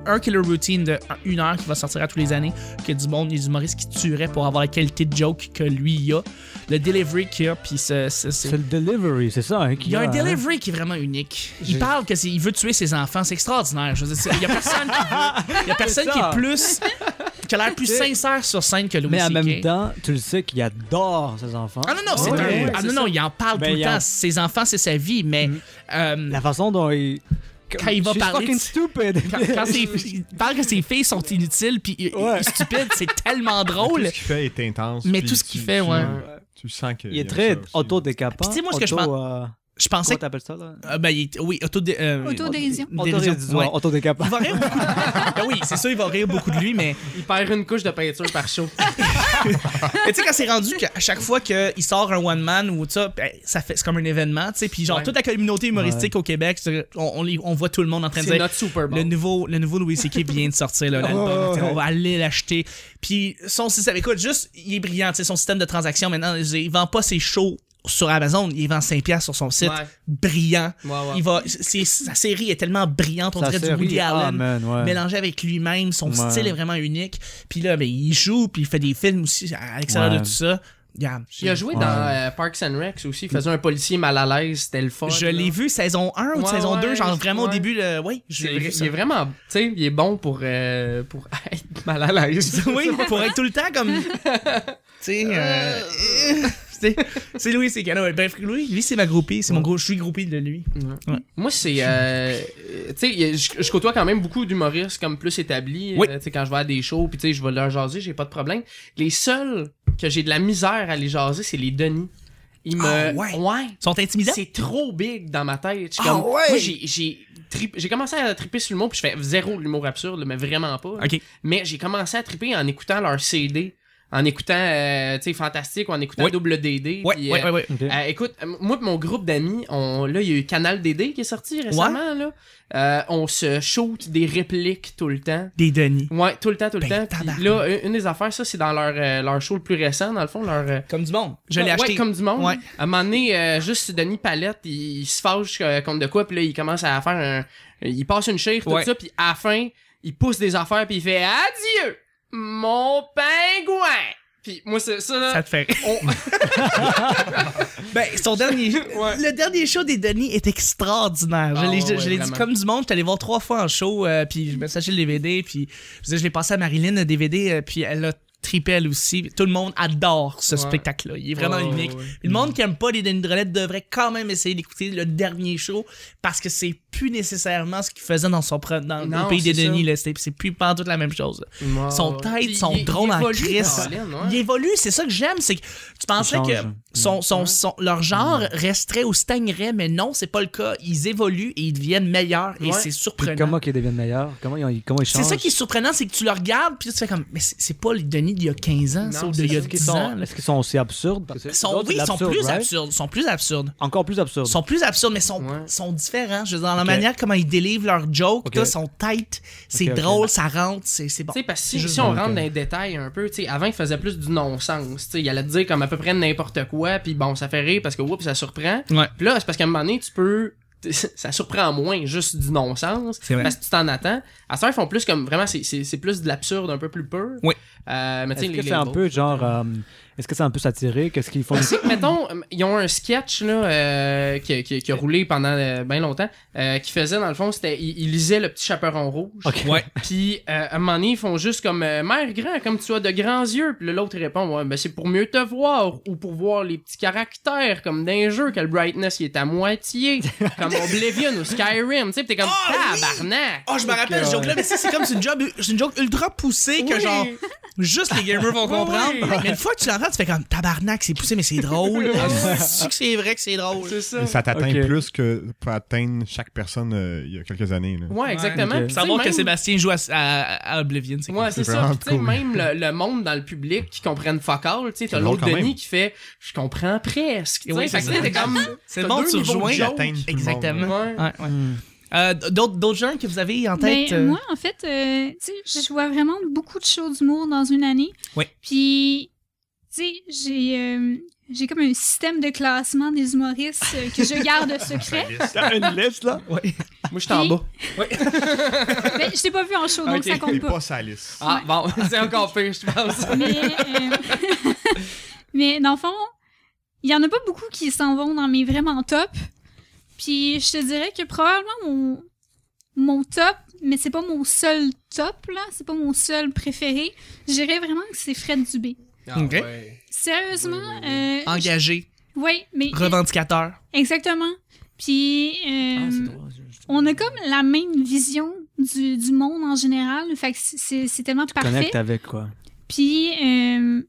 Speaker 1: un killer routine de une heure qui va sortir à tous les années, que du monde, les humoristes qui tueraient pour avoir la qualité de joke que lui il a, le delivery qu'il a, puis ce- ce- ce-
Speaker 4: C'est le delivery, c'est ça. Hein, qu'il
Speaker 1: Il y a un
Speaker 4: hein?
Speaker 1: delivery qui est vraiment unique. Il
Speaker 4: J'ai-
Speaker 1: parle que c'est- il veut tuer ses enfants, c'est extraordinaire. Je veux dire, c'est- il y a personne, qui, veut- il y a personne
Speaker 4: C'est
Speaker 1: qui
Speaker 4: ça.
Speaker 1: est plus, qui a l'air plus
Speaker 4: C'est-
Speaker 1: sincère sur scène que Louis
Speaker 4: Mais en
Speaker 1: CK.
Speaker 4: même temps, tu le sais qu'il adore ses enfants.
Speaker 1: Ah non non, c'est
Speaker 4: Ouais,
Speaker 1: un-
Speaker 4: ouais,
Speaker 1: ah
Speaker 3: c'est
Speaker 1: non
Speaker 3: ça.
Speaker 1: non, il en parle
Speaker 4: Ben,
Speaker 1: tout le
Speaker 4: il
Speaker 1: temps.
Speaker 4: en- Mm.
Speaker 1: Ses enfants, c'est sa vie, mais euh,
Speaker 4: La façon dont il.
Speaker 1: Quand il va
Speaker 4: She's
Speaker 1: parler
Speaker 4: fucking
Speaker 1: de-
Speaker 4: stupid.
Speaker 1: quand, quand ses- il parle que ses filles sont inutiles puis euh,
Speaker 4: Ouais.
Speaker 1: stupides, c'est tellement
Speaker 5: Tout
Speaker 1: drôle.
Speaker 5: ce qu'il fait est intense.
Speaker 1: Mais
Speaker 5: puis
Speaker 1: tout ce qu'il
Speaker 5: tu-
Speaker 1: fait,
Speaker 5: tu-
Speaker 1: ouais.
Speaker 5: Tu sens qu'il
Speaker 4: il est
Speaker 5: aime
Speaker 4: très
Speaker 5: ça aussi.
Speaker 4: autodécapant.
Speaker 1: Puis tu sais, moi, ce que je
Speaker 4: auto, euh,
Speaker 1: Je pensais
Speaker 4: Comment
Speaker 1: que
Speaker 4: t'appelles ça, là?
Speaker 1: ah, ben, il est- oui, auto euh, dérision,
Speaker 2: Autodérision.
Speaker 4: Autodérisoire,
Speaker 1: ouais.
Speaker 4: autodécapant.
Speaker 1: Il va rire beaucoup. de- Ben oui, c'est ça, il va rire beaucoup de lui, mais
Speaker 3: Il perd une couche de peinture par show.
Speaker 1: Mais tu sais, quand c'est rendu qu'à chaque fois qu'il sort un one man ou ça, ben, ça fait, c'est comme un événement, tu sais. Puis genre,
Speaker 3: Ouais.
Speaker 1: toute la communauté humoristique au Québec, c'est- on, on, les- on voit tout le monde en train de
Speaker 3: C'est
Speaker 1: dire.
Speaker 3: notre Super Bowl.
Speaker 1: Le nouveau, le nouveau Louis C.K. vient de sortir, là, l'album.
Speaker 4: Ouais, ouais,
Speaker 1: tu sais, On
Speaker 4: ouais.
Speaker 1: va aller l'acheter. Puis son système, écoute, juste, il est brillant, tu sais, son système de transaction maintenant. je veux dire, Il vend pas ses shows sur Amazon, il vend 5$ sur son site.
Speaker 3: Ouais.
Speaker 1: Brillant.
Speaker 3: Ouais, ouais.
Speaker 1: Il va, c'est- sa série est tellement brillante, on
Speaker 4: Sa
Speaker 1: dirait du
Speaker 4: série,
Speaker 1: Woody
Speaker 4: ah,
Speaker 1: Allen
Speaker 4: man, ouais.
Speaker 1: mélangé avec lui-même. Son
Speaker 4: Ouais.
Speaker 1: style est vraiment unique. Puis là, ben, il joue, puis il fait des films aussi à l'extérieur
Speaker 4: Ouais.
Speaker 1: de tout ça. Regarde,
Speaker 3: Il a joué
Speaker 4: Ouais.
Speaker 3: dans euh, Parks and Recs aussi. Il faisait un policier mal à l'aise. C'était le fun.
Speaker 1: je
Speaker 3: là.
Speaker 1: l'ai vu saison 1 ou
Speaker 3: Ouais,
Speaker 1: saison 2,
Speaker 3: ouais,
Speaker 1: genre vraiment au
Speaker 3: ouais.
Speaker 1: début. Le... Oui, je
Speaker 3: C'est
Speaker 1: l'ai
Speaker 3: vrai-
Speaker 1: vu.
Speaker 3: il
Speaker 1: ça.
Speaker 3: est vraiment, tu sais, il est bon pour, euh, pour être mal à l'aise.
Speaker 1: Oui, pour être tout le temps comme. tu sais. euh, c'est- c'est Louis, c'est canon. Bref, Louis, lui, c'est ma groupie. C'est mon gros. Je suis groupie de lui.
Speaker 3: Moi, c'est. euh, tu sais, y a- je je côtoie quand même beaucoup d'humoristes comme plus établis.
Speaker 1: Oui.
Speaker 3: euh, tu sais, quand je vais à des shows, puis tu sais, je vais leur jaser, j'ai pas de problème. Les seuls que j'ai de la misère à les jaser, c'est les Denis. Ils me.
Speaker 1: Ah ouais. Ils sont intimidants.
Speaker 3: C'est trop big dans ma tête. Je suis
Speaker 1: Ah
Speaker 3: comme-
Speaker 1: ouais.
Speaker 3: Moi, j'ai- j'ai trip- j'ai commencé à triper sur l'humour, puis je fais zéro de l'humour absurde, mais vraiment pas.
Speaker 1: Ok.
Speaker 3: Mais j'ai commencé à triper en écoutant leur CD, en écoutant, euh, tu sais, Fantastique, ou en écoutant
Speaker 1: Oui.
Speaker 3: Double DD.
Speaker 1: Ouais,
Speaker 3: puis,
Speaker 1: ouais,
Speaker 3: euh,
Speaker 1: ouais, ouais.
Speaker 4: Ok.
Speaker 3: euh, écoute, euh, moi et mon groupe d'amis, on, là, il y a eu Canal DD qui est sorti récemment, là. Euh, on se shoot des répliques tout le temps.
Speaker 1: Des Denis.
Speaker 3: Ouais, tout le temps, tout le
Speaker 1: Ben,
Speaker 3: temps. Puis
Speaker 1: tabarnak.
Speaker 3: là, une- une des affaires, ça, c'est dans leur, euh, leur show le plus récent, dans le fond, leur... euh,
Speaker 1: Comme du monde. Je l'ai
Speaker 3: ouais,
Speaker 1: acheté.
Speaker 3: comme du monde.
Speaker 1: Ouais.
Speaker 3: À un moment donné, euh, juste Denis Palette, il, il se fâche euh, contre de quoi, puis là, il commence à faire un... Il passe une chire, tout
Speaker 1: Ouais.
Speaker 3: ça, puis à la fin, il pousse des affaires puis il fait adieu mon pingouin. Puis moi c'est ça là.
Speaker 1: Ça te fait.
Speaker 3: on-
Speaker 1: Ben, son dernier.
Speaker 3: Ouais.
Speaker 1: Le dernier show des Denis est extraordinaire. Je
Speaker 3: Ah,
Speaker 1: l'ai, je-
Speaker 3: ouais,
Speaker 1: je l'ai dit
Speaker 3: vraiment.
Speaker 1: comme du monde. J'étais allé voir trois fois en show, euh, puis je me suis acheté le DVD, puis je, disais, je l'ai passé à Marilyn, le DVD, euh, puis elle a trippé elle aussi. Tout le monde adore ce
Speaker 3: Ouais.
Speaker 1: spectacle-là. Il est vraiment
Speaker 3: Ouais, ouais,
Speaker 1: unique.
Speaker 3: ouais.
Speaker 1: Puis Le monde qui aime pas les Denis Drolet devrait quand même essayer d'écouter le dernier show parce que c'est plus nécessairement ce qu'il faisait dans son pre- dans
Speaker 3: Non,
Speaker 1: le pays des
Speaker 3: c'est
Speaker 1: Denis. là. C'est, c'est plus pas toute la même chose.
Speaker 3: Ouais,
Speaker 1: Son
Speaker 4: euh,
Speaker 3: ouais.
Speaker 1: tête,
Speaker 3: Puis
Speaker 1: son
Speaker 3: il- il
Speaker 1: drôle en
Speaker 3: évolue,
Speaker 1: crise.
Speaker 3: Colin, ouais.
Speaker 1: Il évolue, c'est ça que j'aime, c'est que tu penserais
Speaker 4: change.
Speaker 1: que son, son, son- leur genre resterait ou stagnerait, mais non, c'est pas le cas. Ils évoluent et ils deviennent meilleurs et
Speaker 3: Ouais.
Speaker 1: c'est
Speaker 4: Puis
Speaker 1: surprenant.
Speaker 4: comment qu'ils deviennent meilleurs, comment ils, comment ils changent.
Speaker 1: C'est ça qui est surprenant, c'est que tu le regardes puis tu fais comme, mais c'est- c'est pas le Denis d'il y a 15 ans,
Speaker 3: Non,
Speaker 1: ça, ou
Speaker 3: c'est
Speaker 1: d'il y a
Speaker 3: ça.
Speaker 4: Est-ce qu'ils
Speaker 1: 10 ans.
Speaker 4: sont,
Speaker 1: là.
Speaker 4: est-ce qu'ils sont aussi absurdes? Parce que
Speaker 1: Ils sont,
Speaker 4: d'autres,
Speaker 1: oui,
Speaker 4: c'est
Speaker 1: ils sont
Speaker 4: l'absurde,
Speaker 1: plus
Speaker 4: right?
Speaker 1: absurdes, sont plus absurdes.
Speaker 4: Encore plus absurdes.
Speaker 1: sont plus absurdes, mais sont,
Speaker 3: Ouais.
Speaker 1: sont différents. Je veux dire, dans la
Speaker 4: Ok.
Speaker 1: manière comment ils délivrent leurs jokes,
Speaker 4: Ok.
Speaker 1: là, sont tight, c'est
Speaker 4: Ok, ok.
Speaker 1: drôle, ça rentre, c'est c'est bon.
Speaker 3: Tu sais, parce que
Speaker 1: C'est
Speaker 3: si,
Speaker 1: juste
Speaker 3: si on
Speaker 4: bon,
Speaker 3: rentre
Speaker 4: ok.
Speaker 3: dans les détails un peu, tu sais, avant, il faisait plus du non-sens. Tu sais, il allait te dire comme à peu près n'importe quoi, puis bon, ça fait rire parce que, oups, ça surprend.
Speaker 1: Ouais.
Speaker 3: Puis là, c'est parce qu'à un moment donné, tu peux. Ça surprend moins juste du non-sens.
Speaker 1: C'est vrai.
Speaker 3: Parce que tu t'en attends. À ça, ils font plus comme vraiment, c'est- c'est c'est plus de l'absurde un peu plus peur.
Speaker 1: Oui.
Speaker 3: Euh, mais tu sais,
Speaker 4: Est-ce
Speaker 3: les-
Speaker 4: que
Speaker 3: les
Speaker 4: c'est un
Speaker 3: autres-
Speaker 4: peu genre. euh, Est-ce que c'est un peu satirique? Est-ce qu'ils font.
Speaker 3: Tu sais que, mettons, euh, ils ont un sketch là, euh, qui, qui- qui a roulé pendant bien longtemps, euh, qui faisait, dans le fond, c'était. Ils il lisaient le petit chaperon rouge.
Speaker 4: Ok.
Speaker 1: Ouais.
Speaker 3: Puis euh, à un moment donné, ils font juste comme euh, Mère grand, comme tu as de grands yeux. Puis là, l'autre répond Ouais, ben c'est pour mieux te voir ou pour voir les petits caractères comme d'un jeu que le brightness il est à moitié, comme Oblivion ou Skyrim. Tu sais, puis t'es comme
Speaker 1: Oh, oui!
Speaker 3: Tabarnak
Speaker 1: Oh, je me rappelle ce joke-là, mais ça, c'est comme c'est une, job, c'est une joke ultra poussée que
Speaker 3: Oui.
Speaker 1: genre, juste les gamers vont comprendre. Mais une fois que tu l'entends, tu fais comme tabarnak, c'est poussé, mais c'est drôle. Ah, c'est que c'est vrai que c'est drôle.
Speaker 3: C'est ça.
Speaker 5: Et ça t'atteint
Speaker 4: Ok.
Speaker 5: plus que peut atteindre chaque personne euh, il y a quelques années. Là.
Speaker 3: Ouais, exactement.
Speaker 4: ok.
Speaker 3: Puis tu sais,
Speaker 1: Savoir que
Speaker 3: même-
Speaker 1: Sébastien joue à, à- à Oblivion, c'est
Speaker 3: Ouais, c'est
Speaker 5: C'est
Speaker 3: ça.
Speaker 5: vraiment
Speaker 3: Puis, tu sais,
Speaker 5: cool.
Speaker 3: même le, le monde dans le public qui comprennent fuck all, tu sais, t'as
Speaker 5: drôle
Speaker 3: l'autre
Speaker 5: quand même.
Speaker 3: Denis qui fait Je comprends presque. Tu sais,
Speaker 1: Oui,
Speaker 3: fait
Speaker 1: c'est
Speaker 3: que, tu sais, t'es
Speaker 1: ça.
Speaker 3: comme.
Speaker 1: C'est
Speaker 3: t'as
Speaker 1: bon,
Speaker 3: deux
Speaker 1: tu
Speaker 3: niveaux de
Speaker 1: rejoins.
Speaker 3: joke.
Speaker 5: J'atteins tout le monde.
Speaker 1: Exactement.
Speaker 3: Ouais.
Speaker 1: Ouais, ouais.
Speaker 4: Hmm.
Speaker 1: Euh, d'autres, d'autres gens que vous avez en
Speaker 2: Ben,
Speaker 1: tête? euh,
Speaker 2: Moi, en fait, euh, tu sais, je vois vraiment beaucoup de shows d'humour dans une année.
Speaker 1: Oui.
Speaker 2: Puis, tu sais, j'ai euh, j'ai comme un système de classement des humoristes euh, que je garde secret.
Speaker 4: T'as une liste là?
Speaker 1: ouais.
Speaker 3: Moi, je suis en
Speaker 2: Puis-
Speaker 3: bas.
Speaker 2: ben, je t'ai pas vu en show, donc
Speaker 3: Ah, Ok.
Speaker 2: ça compte
Speaker 5: Et
Speaker 2: pas.
Speaker 5: pas sa liste.
Speaker 3: Ah, bon, c'est encore pire, je pense.
Speaker 2: Mais, euh, mais dans le fond, il y en a pas beaucoup qui s'en vont dans mes vraiment top. Puis je te dirais que probablement mon, mon top, mais c'est pas mon seul top, là, c'est pas mon seul préféré. Je dirais vraiment que c'est Fred Dubé.
Speaker 3: Ah,
Speaker 1: Ok.
Speaker 3: ouais.
Speaker 2: Sérieusement,
Speaker 3: Oui, oui,
Speaker 2: euh,
Speaker 1: Engagé,
Speaker 2: je- ouais, mais
Speaker 1: revendicateur.
Speaker 2: exactement. Puis euh,
Speaker 4: Ah,
Speaker 3: Ah,
Speaker 1: hum,
Speaker 2: on a comme la même vision du, du monde en général. Fait que c'est c'est tellement parfait.
Speaker 4: Connecte avec quoi?
Speaker 2: Puis, euh,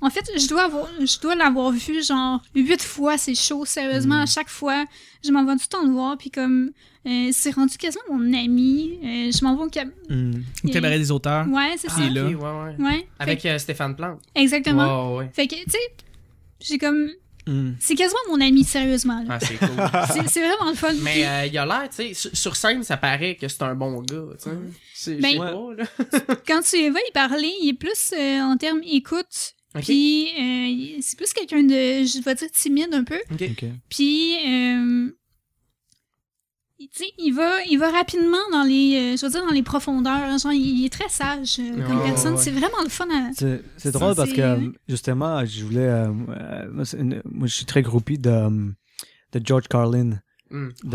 Speaker 2: en fait, je dois avoir, je dois l'avoir vu genre huit fois ces shows.
Speaker 3: Hmm.
Speaker 2: Sérieusement, à chaque fois, je m'en vais du temps le voir. Puis comme, euh, c'est rendu quasiment mon ami. euh, je m'en vais au cab...
Speaker 4: Hmm.
Speaker 1: Le cabaret des auteurs.
Speaker 2: Ouais, c'est
Speaker 3: Ah,
Speaker 2: ça.
Speaker 1: Il est là.
Speaker 3: ok, ouais, ouais.
Speaker 2: Ouais. Fait
Speaker 3: Avec euh, Stéphane Plante.
Speaker 2: que- exactement.
Speaker 3: Ouais, ouais.
Speaker 2: Fait que, tu sais, j'ai comme,
Speaker 1: hum.
Speaker 4: Hmm.
Speaker 2: c'est quasiment mon ami sérieusement. là.
Speaker 3: Ah, c'est cool.
Speaker 2: C'est c'est vraiment le fun.
Speaker 3: Mais euh, il a l'air, tu sais, sur- sur scène, ça paraît que c'est un bon gars, tu sais. C'est- Je
Speaker 2: Ben-
Speaker 3: sais pas, là.
Speaker 2: Puis Quand tu vas y parler, il est plus euh, en termes écoute.
Speaker 3: Ok.
Speaker 2: Puis euh, il- c'est plus quelqu'un de, je vais dire timide un peu.
Speaker 4: Ok.
Speaker 2: Puis, euh, tu sais, il va, il va rapidement dans les, euh, je veux dire, dans les profondeurs. hein, Genre, il, il est très sage euh, comme
Speaker 3: Ouais,
Speaker 1: Ah,
Speaker 2: personne.
Speaker 3: ouais.
Speaker 2: C'est vraiment le fun à...
Speaker 4: C'est c'est
Speaker 2: Ça,
Speaker 4: drôle parce que
Speaker 2: c'est-
Speaker 4: euh, justement, je voulais. euh, euh, moi, c'est une- moi, je suis très groupie de, euh, de George Carlin.
Speaker 3: Hmm.
Speaker 4: De...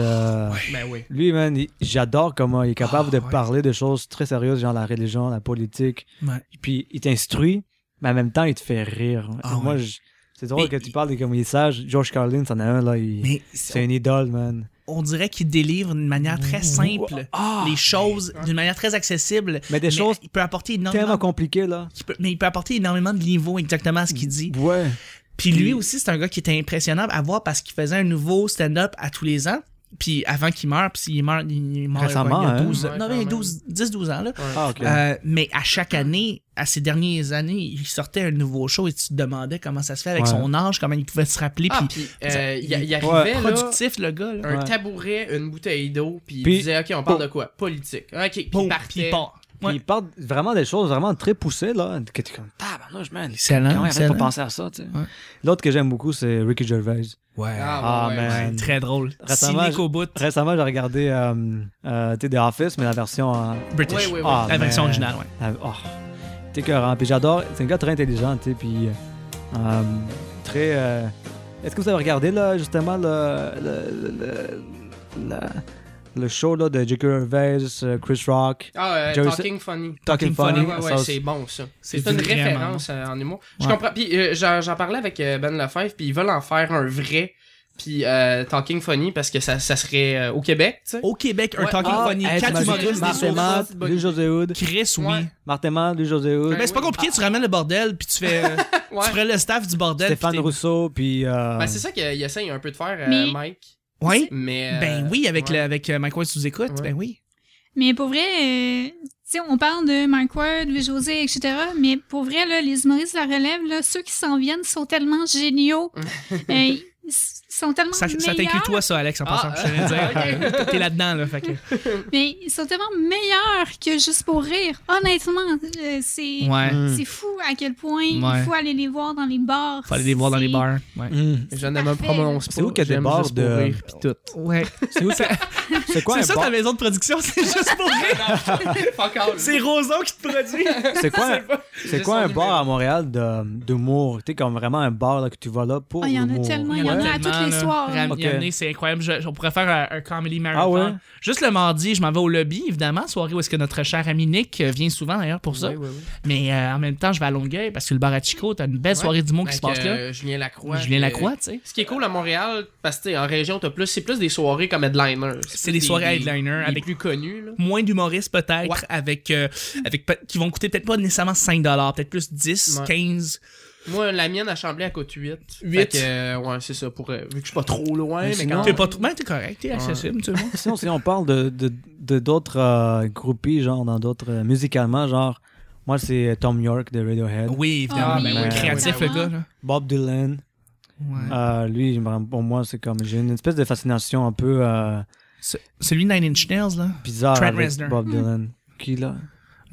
Speaker 3: Ben oui.
Speaker 4: Lui, man, il- j'adore comment il est capable
Speaker 1: Ah,
Speaker 4: de
Speaker 1: ouais.
Speaker 4: parler de choses très sérieuses, genre la religion, la politique.
Speaker 1: Ouais.
Speaker 4: Puis il t'instruit, mais en même temps, il te fait rire.
Speaker 1: Ah,
Speaker 4: moi,
Speaker 1: ouais.
Speaker 4: je- c'est drôle
Speaker 1: Mais
Speaker 4: que tu
Speaker 1: il-
Speaker 4: parles des comme il est sage. George Carlin, c'en a un, là. il-
Speaker 1: Mais
Speaker 4: C'est une idole, man.
Speaker 1: on dirait qu'il délivre d'une manière très simple
Speaker 4: Ah!
Speaker 1: les choses, d'une manière très accessible.
Speaker 4: Mais des
Speaker 1: Mais
Speaker 4: choses
Speaker 1: il peut apporter énormément
Speaker 4: tellement compliquées, là.
Speaker 1: qui peut- mais il peut apporter énormément de niveau exactement à ce qu'il dit.
Speaker 4: Ouais.
Speaker 1: Puis lui aussi, c'est un gars qui était impressionnant à voir parce qu'il faisait un nouveau stand-up à tous les ans. Puis avant qu'il meure, puis s'il meurt, il est mort
Speaker 4: Récemment,
Speaker 1: il y a
Speaker 4: hein?
Speaker 1: 12,
Speaker 3: Ouais,
Speaker 1: non, il
Speaker 3: quand
Speaker 1: y a
Speaker 3: même.
Speaker 1: 12, 10, 12 ans, là.
Speaker 4: Ah, ok.
Speaker 1: Euh, mais à chaque année, à ces dernières années, il sortait un nouveau show et tu te demandais comment ça se fait avec
Speaker 4: Ouais.
Speaker 1: son âge, comment il pouvait se rappeler.
Speaker 3: Ah,
Speaker 1: puis
Speaker 3: puis euh, il, il
Speaker 1: Ouais.
Speaker 3: arrivait, là,
Speaker 1: productif, le gars, là.
Speaker 3: un
Speaker 4: Ouais.
Speaker 3: tabouret, une bouteille d'eau, puis il
Speaker 4: Puis-
Speaker 3: disait, OK, on parle de quoi? Politique. OK, puis
Speaker 1: Boum, puis
Speaker 3: il partait.
Speaker 1: il part.
Speaker 4: Puis
Speaker 1: Ouais.
Speaker 4: Ils parlent vraiment des choses vraiment très poussées, là. Que t'es comme, tabarnouche, man.
Speaker 1: Excellent,
Speaker 4: Comment il avait
Speaker 1: excellent.
Speaker 4: pas pensé à ça, tu sais.
Speaker 1: Ouais.
Speaker 4: L'autre que j'aime beaucoup, c'est Ricky Gervais.
Speaker 1: Ouais.
Speaker 3: Ah, ouais,
Speaker 4: Ah,
Speaker 3: ouais.
Speaker 4: man.
Speaker 1: Très drôle.
Speaker 4: Récemment,
Speaker 1: Cynique au bout.
Speaker 4: Récemment, j'ai regardé euh, euh, tu sais, The Office, mais la version. euh,
Speaker 1: British.
Speaker 3: Ouais, ouais, ouais.
Speaker 4: ah,
Speaker 1: La version
Speaker 4: man.
Speaker 1: originale, ouais.
Speaker 4: Ah, oh, t'es écœurant. Puis j'adore. C'est un gars très intelligent, tu sais, puis euh, très. euh, Est-ce que vous avez regardé là justement le le, le, le, le show là de J.K. Gervais, euh, Chris Rock,
Speaker 3: Ah, euh,
Speaker 4: Jerry-
Speaker 3: Talking Funny.
Speaker 4: Talking Funny,
Speaker 3: Ouais, ouais, ouais,
Speaker 4: ça,
Speaker 3: c'est bon ça.
Speaker 1: C'est
Speaker 3: C'est une
Speaker 1: vraiment
Speaker 3: référence euh, en humour. Je
Speaker 1: Ouais.
Speaker 3: comprends. Puis euh, j'en j'en parlais avec euh, Ben Lefebvre, puis ils veulent en faire un vrai. Puis euh, Talking Funny parce que ça, ça serait euh, au Québec, tu sais.
Speaker 1: Au Québec, un
Speaker 3: Ouais.
Speaker 1: talking
Speaker 3: Ah,
Speaker 1: funny,
Speaker 4: hey,
Speaker 1: quatre
Speaker 4: t'imagines,
Speaker 1: humoristes, des
Speaker 4: Martin
Speaker 1: sources.
Speaker 4: Matt,
Speaker 3: sources.
Speaker 4: Louis José Hood,
Speaker 1: Chris, oui.
Speaker 3: Ouais.
Speaker 4: Martin Matt, Louis José Hood,
Speaker 1: Ben, c'est pas compliqué, tu ramènes le bordel, puis tu fais.
Speaker 3: Ouais.
Speaker 1: Tu ferais le staff du bordel.
Speaker 4: Stéphane
Speaker 1: puis t'es-
Speaker 4: Rousseau, puis euh,
Speaker 3: Ben, c'est ça qu'il essaye un peu de faire, euh,
Speaker 2: Mais-
Speaker 3: Mike.
Speaker 1: Oui.
Speaker 3: Mais. euh,
Speaker 1: Ben oui, avec,
Speaker 3: ouais.
Speaker 1: le, avec euh, Mike Ward sous écoute.
Speaker 3: Ouais.
Speaker 1: Ben oui.
Speaker 2: Mais pour vrai, euh, tu sais, on parle de Mike Ward, Louis José, etc. Mais pour vrai, là, les humoristes de la relève, là, ceux qui s'en viennent sont tellement géniaux. Euh, ils s- sont tellement
Speaker 1: Ça, ça
Speaker 2: meilleurs.
Speaker 1: t'inclut toi, ça, Alex, en
Speaker 3: Ah,
Speaker 1: passant. Je te dire.
Speaker 3: ok.
Speaker 1: T'es là-dedans, là. Fait que...
Speaker 2: Mais ils sont tellement meilleurs que juste pour rire. Honnêtement, euh, c'est
Speaker 1: Ouais.
Speaker 4: Mm.
Speaker 2: c'est fou à quel point
Speaker 1: Ouais.
Speaker 2: il faut aller les voir dans les bars.
Speaker 1: Faut aller les voir dans les
Speaker 2: C'est-
Speaker 1: bars. Ouais.
Speaker 4: hmm,
Speaker 3: Je ne me
Speaker 2: Parfait.
Speaker 3: prononce pas.
Speaker 4: C'est où qu'il y a des
Speaker 3: J'aime
Speaker 4: bars
Speaker 3: juste pour
Speaker 4: de-
Speaker 3: rire, pis tout.
Speaker 1: Ouais. C'est où ça?
Speaker 4: c'est quoi
Speaker 1: C'est
Speaker 4: un
Speaker 1: ça
Speaker 4: bar-
Speaker 1: ta maison de production, c'est juste pour rire.
Speaker 3: Fuck all.
Speaker 1: C'est Roson qui te produit.
Speaker 4: C'est quoi, un- c'est quoi
Speaker 3: J'ai
Speaker 4: un
Speaker 3: son
Speaker 4: bar à Montréal de- d'humour? Tu sais, comme vraiment un bar là, que tu vas là pour.
Speaker 2: Ah, il y en a
Speaker 4: l'humour.
Speaker 2: tellement, il y en a à tous les
Speaker 1: là.
Speaker 2: soirs.
Speaker 1: Ram-
Speaker 4: Ok.
Speaker 1: ramener, c'est incroyable. Je- on pourrait faire un, un comedy
Speaker 4: Ah
Speaker 1: marathon.
Speaker 4: ouais?
Speaker 1: Juste le mardi, je m'en vais au lobby, évidemment, soirée où est-ce que notre cher ami Nick euh, vient souvent d'ailleurs pour ça.
Speaker 3: Oui, oui, oui.
Speaker 1: Mais euh, en même temps, je vais à Longueuil parce que le bar à Chico, t'as une belle soirée d'humour qui se
Speaker 3: Avec,
Speaker 1: passe
Speaker 3: euh, Julien Lacroix.
Speaker 1: là. Julien
Speaker 3: puis,
Speaker 1: Lacroix, tu sais.
Speaker 3: Ce qui est cool à Montréal, parce que t'sais, en région, t'as plus, c'est plus des soirées comme headliner.
Speaker 1: C'est des soirées headliner
Speaker 3: les
Speaker 1: avec-
Speaker 3: plus connus là.
Speaker 1: moins d'humoristes peut-être
Speaker 3: Ouais.
Speaker 1: avec euh, avec pe- qui vont coûter peut-être pas nécessairement 5 dollars, peut-être plus 10,
Speaker 3: Ouais.
Speaker 1: 15.
Speaker 3: Moi, la mienne à Chamblay, elle coûte 8.
Speaker 1: Huit.
Speaker 3: Fait que, euh, ouais, c'est ça. Pour, euh, vu que je suis pas trop loin,
Speaker 4: Mais
Speaker 3: mais,
Speaker 4: sinon-
Speaker 3: quand
Speaker 1: T'es
Speaker 3: même.
Speaker 1: pas trop ben, t'es correct, t'es accessible, tu vois.
Speaker 4: Sinon, si on parle de de- de- d'autres euh, groupies, genre dans d'autres euh, musicalement, genre moi c'est Tom York de Radiohead,
Speaker 1: Oui, évidemment,
Speaker 2: Ah,
Speaker 1: ben
Speaker 2: oui,
Speaker 1: oui,
Speaker 4: ben,
Speaker 1: créatif
Speaker 2: oui.
Speaker 1: le gars là.
Speaker 4: Bob Dylan.
Speaker 3: Ah.
Speaker 1: Ouais.
Speaker 4: Euh, lui, je me rends- pour moi c'est comme j'ai une espèce de fascination un peu euh,
Speaker 1: Ce- Celui de Nine Inch Nails là,
Speaker 4: bizarre
Speaker 1: Trent
Speaker 4: avec
Speaker 1: Reznor.
Speaker 4: Bob
Speaker 2: Hmm.
Speaker 4: Dylan. Qui là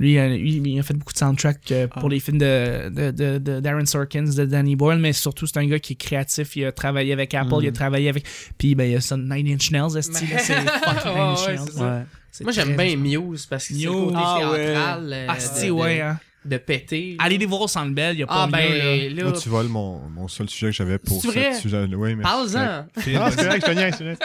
Speaker 1: lui, euh, lui, il a fait beaucoup de soundtracks euh, pour
Speaker 4: Ah.
Speaker 1: les films de, de, de- de Darren Sorkins, de Danny Boyle, mais surtout c'est un gars qui est créatif, il a travaillé avec Apple,
Speaker 4: Mm.
Speaker 1: il a travaillé avec puis ben il y a ça Nine Inch Nails, esti,
Speaker 3: Mais-
Speaker 1: là, c'est fucking Nine Inch
Speaker 3: Ouais, ouais,
Speaker 1: Nails.
Speaker 3: c'est ça.
Speaker 4: Ouais.
Speaker 1: C'est
Speaker 3: Moi, j'aime
Speaker 1: très-
Speaker 3: bien Muse parce que c'est le
Speaker 1: Muse.
Speaker 3: côté
Speaker 4: Ah,
Speaker 3: théâtral euh,
Speaker 1: Ah,
Speaker 3: de,
Speaker 1: si,
Speaker 3: de-
Speaker 1: ouais, hein.
Speaker 3: de péter. là.
Speaker 1: Allez les voir au Centre Bell, il y a pas
Speaker 3: Ah,
Speaker 1: mieux, là.
Speaker 3: ben, là.
Speaker 5: Là, tu voles mon, mon seul sujet que j'avais pour
Speaker 3: C'est
Speaker 5: ce
Speaker 3: vrai?
Speaker 5: sujet. Oui, mais.
Speaker 3: Parle-en.
Speaker 5: c'est correct. Non, Ah, c'est vrai, je te niaise, je te niaise.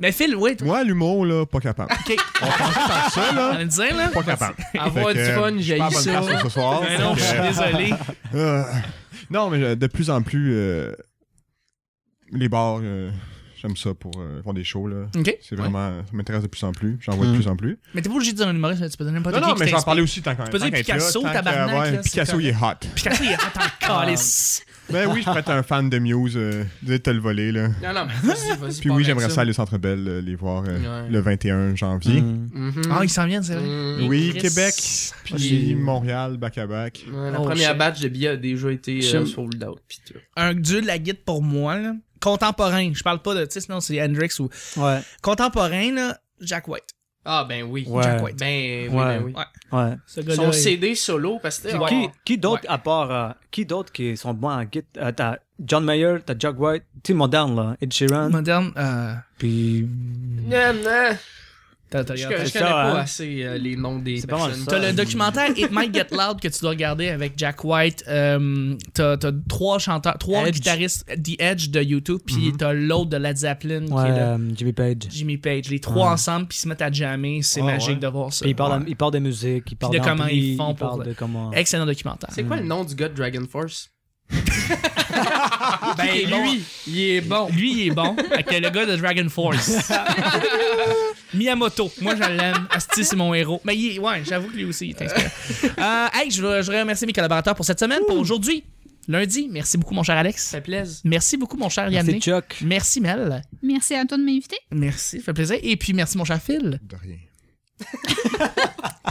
Speaker 1: Mais Ben, Phil, ouais, toi,
Speaker 5: Moi, l'humour, là, pas capable.
Speaker 1: OK.
Speaker 5: On commence par ça,
Speaker 1: On
Speaker 5: là.
Speaker 1: va le dire, là.
Speaker 5: Pas capable.
Speaker 3: Avoir
Speaker 5: Fait que,
Speaker 3: du fun,
Speaker 5: je suis
Speaker 3: j'ai
Speaker 5: pas à
Speaker 3: eu
Speaker 5: bonne
Speaker 3: ça.
Speaker 5: place ce soir.
Speaker 1: Ben non,
Speaker 5: Fait
Speaker 1: je
Speaker 5: que,
Speaker 1: suis désolé.
Speaker 5: Euh, non, mais euh, de plus en plus, euh, les bars, euh, j'aime ça pour euh, faire des shows. là.
Speaker 1: OK.
Speaker 5: C'est vraiment, ça m'intéresse de plus en plus. J'en vois de
Speaker 4: Mm.
Speaker 5: plus en plus.
Speaker 1: Mais t'es pas obligé de dire un humoriste, tu peux donner n'importe
Speaker 5: Non,
Speaker 1: qui.
Speaker 5: non,
Speaker 1: qui
Speaker 5: mais j'en
Speaker 1: t'inspire.
Speaker 5: parlais aussi tant qu'un.
Speaker 1: peux
Speaker 5: tant
Speaker 1: dire
Speaker 5: qu'un
Speaker 1: Picasso,
Speaker 5: tas, tant que,
Speaker 1: tabarnak,
Speaker 5: ouais,
Speaker 1: là, c'est
Speaker 5: Picasso, il est hot.
Speaker 1: Picasso, il est attends,
Speaker 3: Mm.
Speaker 1: calice.
Speaker 5: Ben oui, je pourrais être un fan de Muse. Euh, de te le voler, là.
Speaker 3: Non, non, mais
Speaker 5: Puis
Speaker 3: vas-y, vas-y. parle
Speaker 5: oui,
Speaker 3: avec
Speaker 5: j'aimerais ça aller au Centre Bell, euh, les voir euh,
Speaker 3: Ouais.
Speaker 5: le 21 janvier.
Speaker 4: Mm.
Speaker 3: Mhm.
Speaker 1: Ah, ils s'en viennent, c'est vrai.
Speaker 3: Mhm.
Speaker 5: Oui,
Speaker 1: Chris.
Speaker 5: Québec,
Speaker 4: Moi, j'ai-
Speaker 5: puis Montréal, back à back.
Speaker 3: Ouais, La
Speaker 1: Oh,
Speaker 3: première
Speaker 1: shit.
Speaker 3: batch de billets a déjà été euh,
Speaker 4: J'aime-
Speaker 3: sold out. Pis tout.
Speaker 1: Un dieu de la guide pour moi, là. Contemporain. Je parle pas de, tu sais, sinon c'est Hendrix ou.
Speaker 4: Ouais,
Speaker 1: Contemporain, là, Jack White.
Speaker 3: Ah, ben oui.
Speaker 4: Ouais.
Speaker 3: Jack White. Ben oui, ben oui.
Speaker 1: Ouais.
Speaker 4: ouais.
Speaker 1: Ce
Speaker 3: Son
Speaker 1: il-
Speaker 3: CD solo parce que.
Speaker 4: Puis
Speaker 3: ah,
Speaker 4: Qui, qui d'autre à part euh, qui d'autre qui sont bons en guide Euh, T'as John Mayer, t'as Jack White, tu sais moderne là, Ed Sheeran,
Speaker 1: Moderne, euh.
Speaker 4: puis
Speaker 3: Non, non.
Speaker 1: t'as- t'as
Speaker 3: Je, je
Speaker 1: regardé.
Speaker 3: connais
Speaker 4: ça,
Speaker 3: pas
Speaker 4: hein.
Speaker 3: assez euh, les noms des
Speaker 4: C'est pas mal
Speaker 3: personnes.
Speaker 4: ça.
Speaker 1: T'as le documentaire It Might Get Loud que tu dois regarder avec Jack White. Euh, t'as, t'as trois chanteurs, trois
Speaker 4: Edge.
Speaker 1: guitaristes The Edge de YouTube, puis t'as l'autre de Led Zeppelin qui
Speaker 4: ouais,
Speaker 1: est là.
Speaker 4: euh, Jimmy Page.
Speaker 1: Jimmy Page, les trois ensemble, puis ils se mettent à jammer, c'est
Speaker 5: Ah,
Speaker 1: magique
Speaker 5: ouais.
Speaker 1: de voir ça.
Speaker 4: Puis il parle,
Speaker 1: Ouais.
Speaker 4: il parle de musique, il parle
Speaker 1: de comment
Speaker 4: d'ampli,
Speaker 1: ils font
Speaker 4: il
Speaker 1: pour-
Speaker 4: parle de comment.
Speaker 1: Excellent documentaire.
Speaker 3: C'est quoi le nom du gars de Dragon Force?
Speaker 1: Ben, lui,
Speaker 3: Il est bon.
Speaker 1: lui, il est bon. Fait que le gars de Dragon Force. Miyamoto, moi je l'aime. Asti, c'est mon héros. Mais il est- ouais, j'avoue que lui aussi, il est inspirant. Euh, hey, je veux, je voudrais remercier mes collaborateurs pour cette semaine, pour aujourd'hui, lundi. Merci beaucoup, mon cher Alex.
Speaker 3: Ça plaise.
Speaker 1: Merci beaucoup, mon cher
Speaker 4: Merci
Speaker 1: Yannick.
Speaker 4: Chuck.
Speaker 1: Merci Mel.
Speaker 2: Merci à toi de m'inviter.
Speaker 1: Merci, ça fait plaisir. Et puis merci mon cher Phil.
Speaker 5: De rien.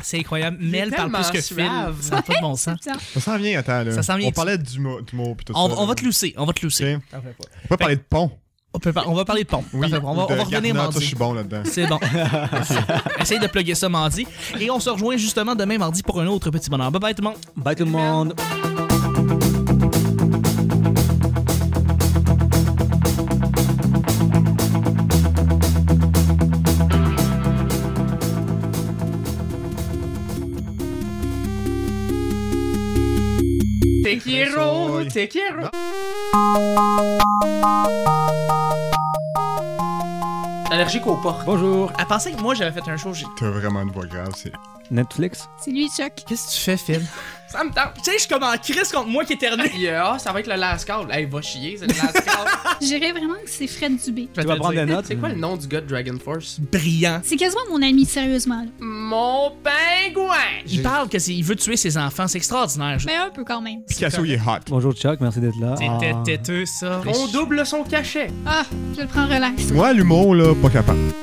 Speaker 1: C'est incroyable.
Speaker 3: est
Speaker 1: Mel parle plus
Speaker 3: tellement
Speaker 1: que Phil.
Speaker 3: suave.
Speaker 1: Ça n'a pas de bon sens.
Speaker 2: Bizarre.
Speaker 5: Ça s'en vient, attends, là.
Speaker 1: Ça s'en vient.
Speaker 5: On parlait d'humour, d'humour puis tout
Speaker 1: On,
Speaker 5: ça.
Speaker 1: on va
Speaker 5: là.
Speaker 1: te lousser, on va te lousser.
Speaker 5: Ok. On peut parler de pont.
Speaker 1: On, peut par- on va parler de pont.
Speaker 5: Oui,
Speaker 1: Parfait, on va,
Speaker 5: de
Speaker 1: on va revenir
Speaker 5: Gatineau, ça, je
Speaker 1: mardi.
Speaker 5: suis bon là-dedans.
Speaker 1: C'est bon. Essaye de plugger ça mardi. Et on se rejoint justement demain mardi pour un autre petit bonheur. Bye bye tout le monde.
Speaker 4: Bye tout le monde.
Speaker 3: Tequiro, Tequiro. Allergique aux porcs.
Speaker 4: Bonjour.
Speaker 1: Elle pensait que moi j'avais fait un show. j'ai-
Speaker 5: T'as vraiment une voix grave, c'est.
Speaker 4: Netflix.
Speaker 2: C'est lui, Chuck.
Speaker 1: Qu'est-ce que tu fais, Phil?
Speaker 3: Ça me tente.
Speaker 1: tu sais, je suis comme en crise contre moi qui éternue.
Speaker 3: Puis, euh, ah, ça va être le last call. Hey, va chier, c'est le last call.
Speaker 2: Je dirais vraiment que c'est Fred Dubé.
Speaker 1: Je vais
Speaker 4: Tu
Speaker 1: te
Speaker 4: vas
Speaker 1: le
Speaker 4: prendre
Speaker 1: dire.
Speaker 4: des notes.
Speaker 3: c'est quoi le nom du gars de Dragon Force?
Speaker 1: Brillant.
Speaker 2: C'est quasiment mon ami, sérieusement. là.
Speaker 3: Mon pingouin!
Speaker 1: Il parle que c'est- il veut tuer ses enfants. C'est extraordinaire. Je-
Speaker 2: Mais un peu quand même.
Speaker 5: Picasso, il est hot.
Speaker 4: Bonjour Chuck, merci d'être là.
Speaker 1: C'était
Speaker 4: Ah.
Speaker 1: têteux, ça.
Speaker 3: On double son cachet.
Speaker 2: Ah, je le prends relax.
Speaker 5: Moi, l'humour, là, pas capable.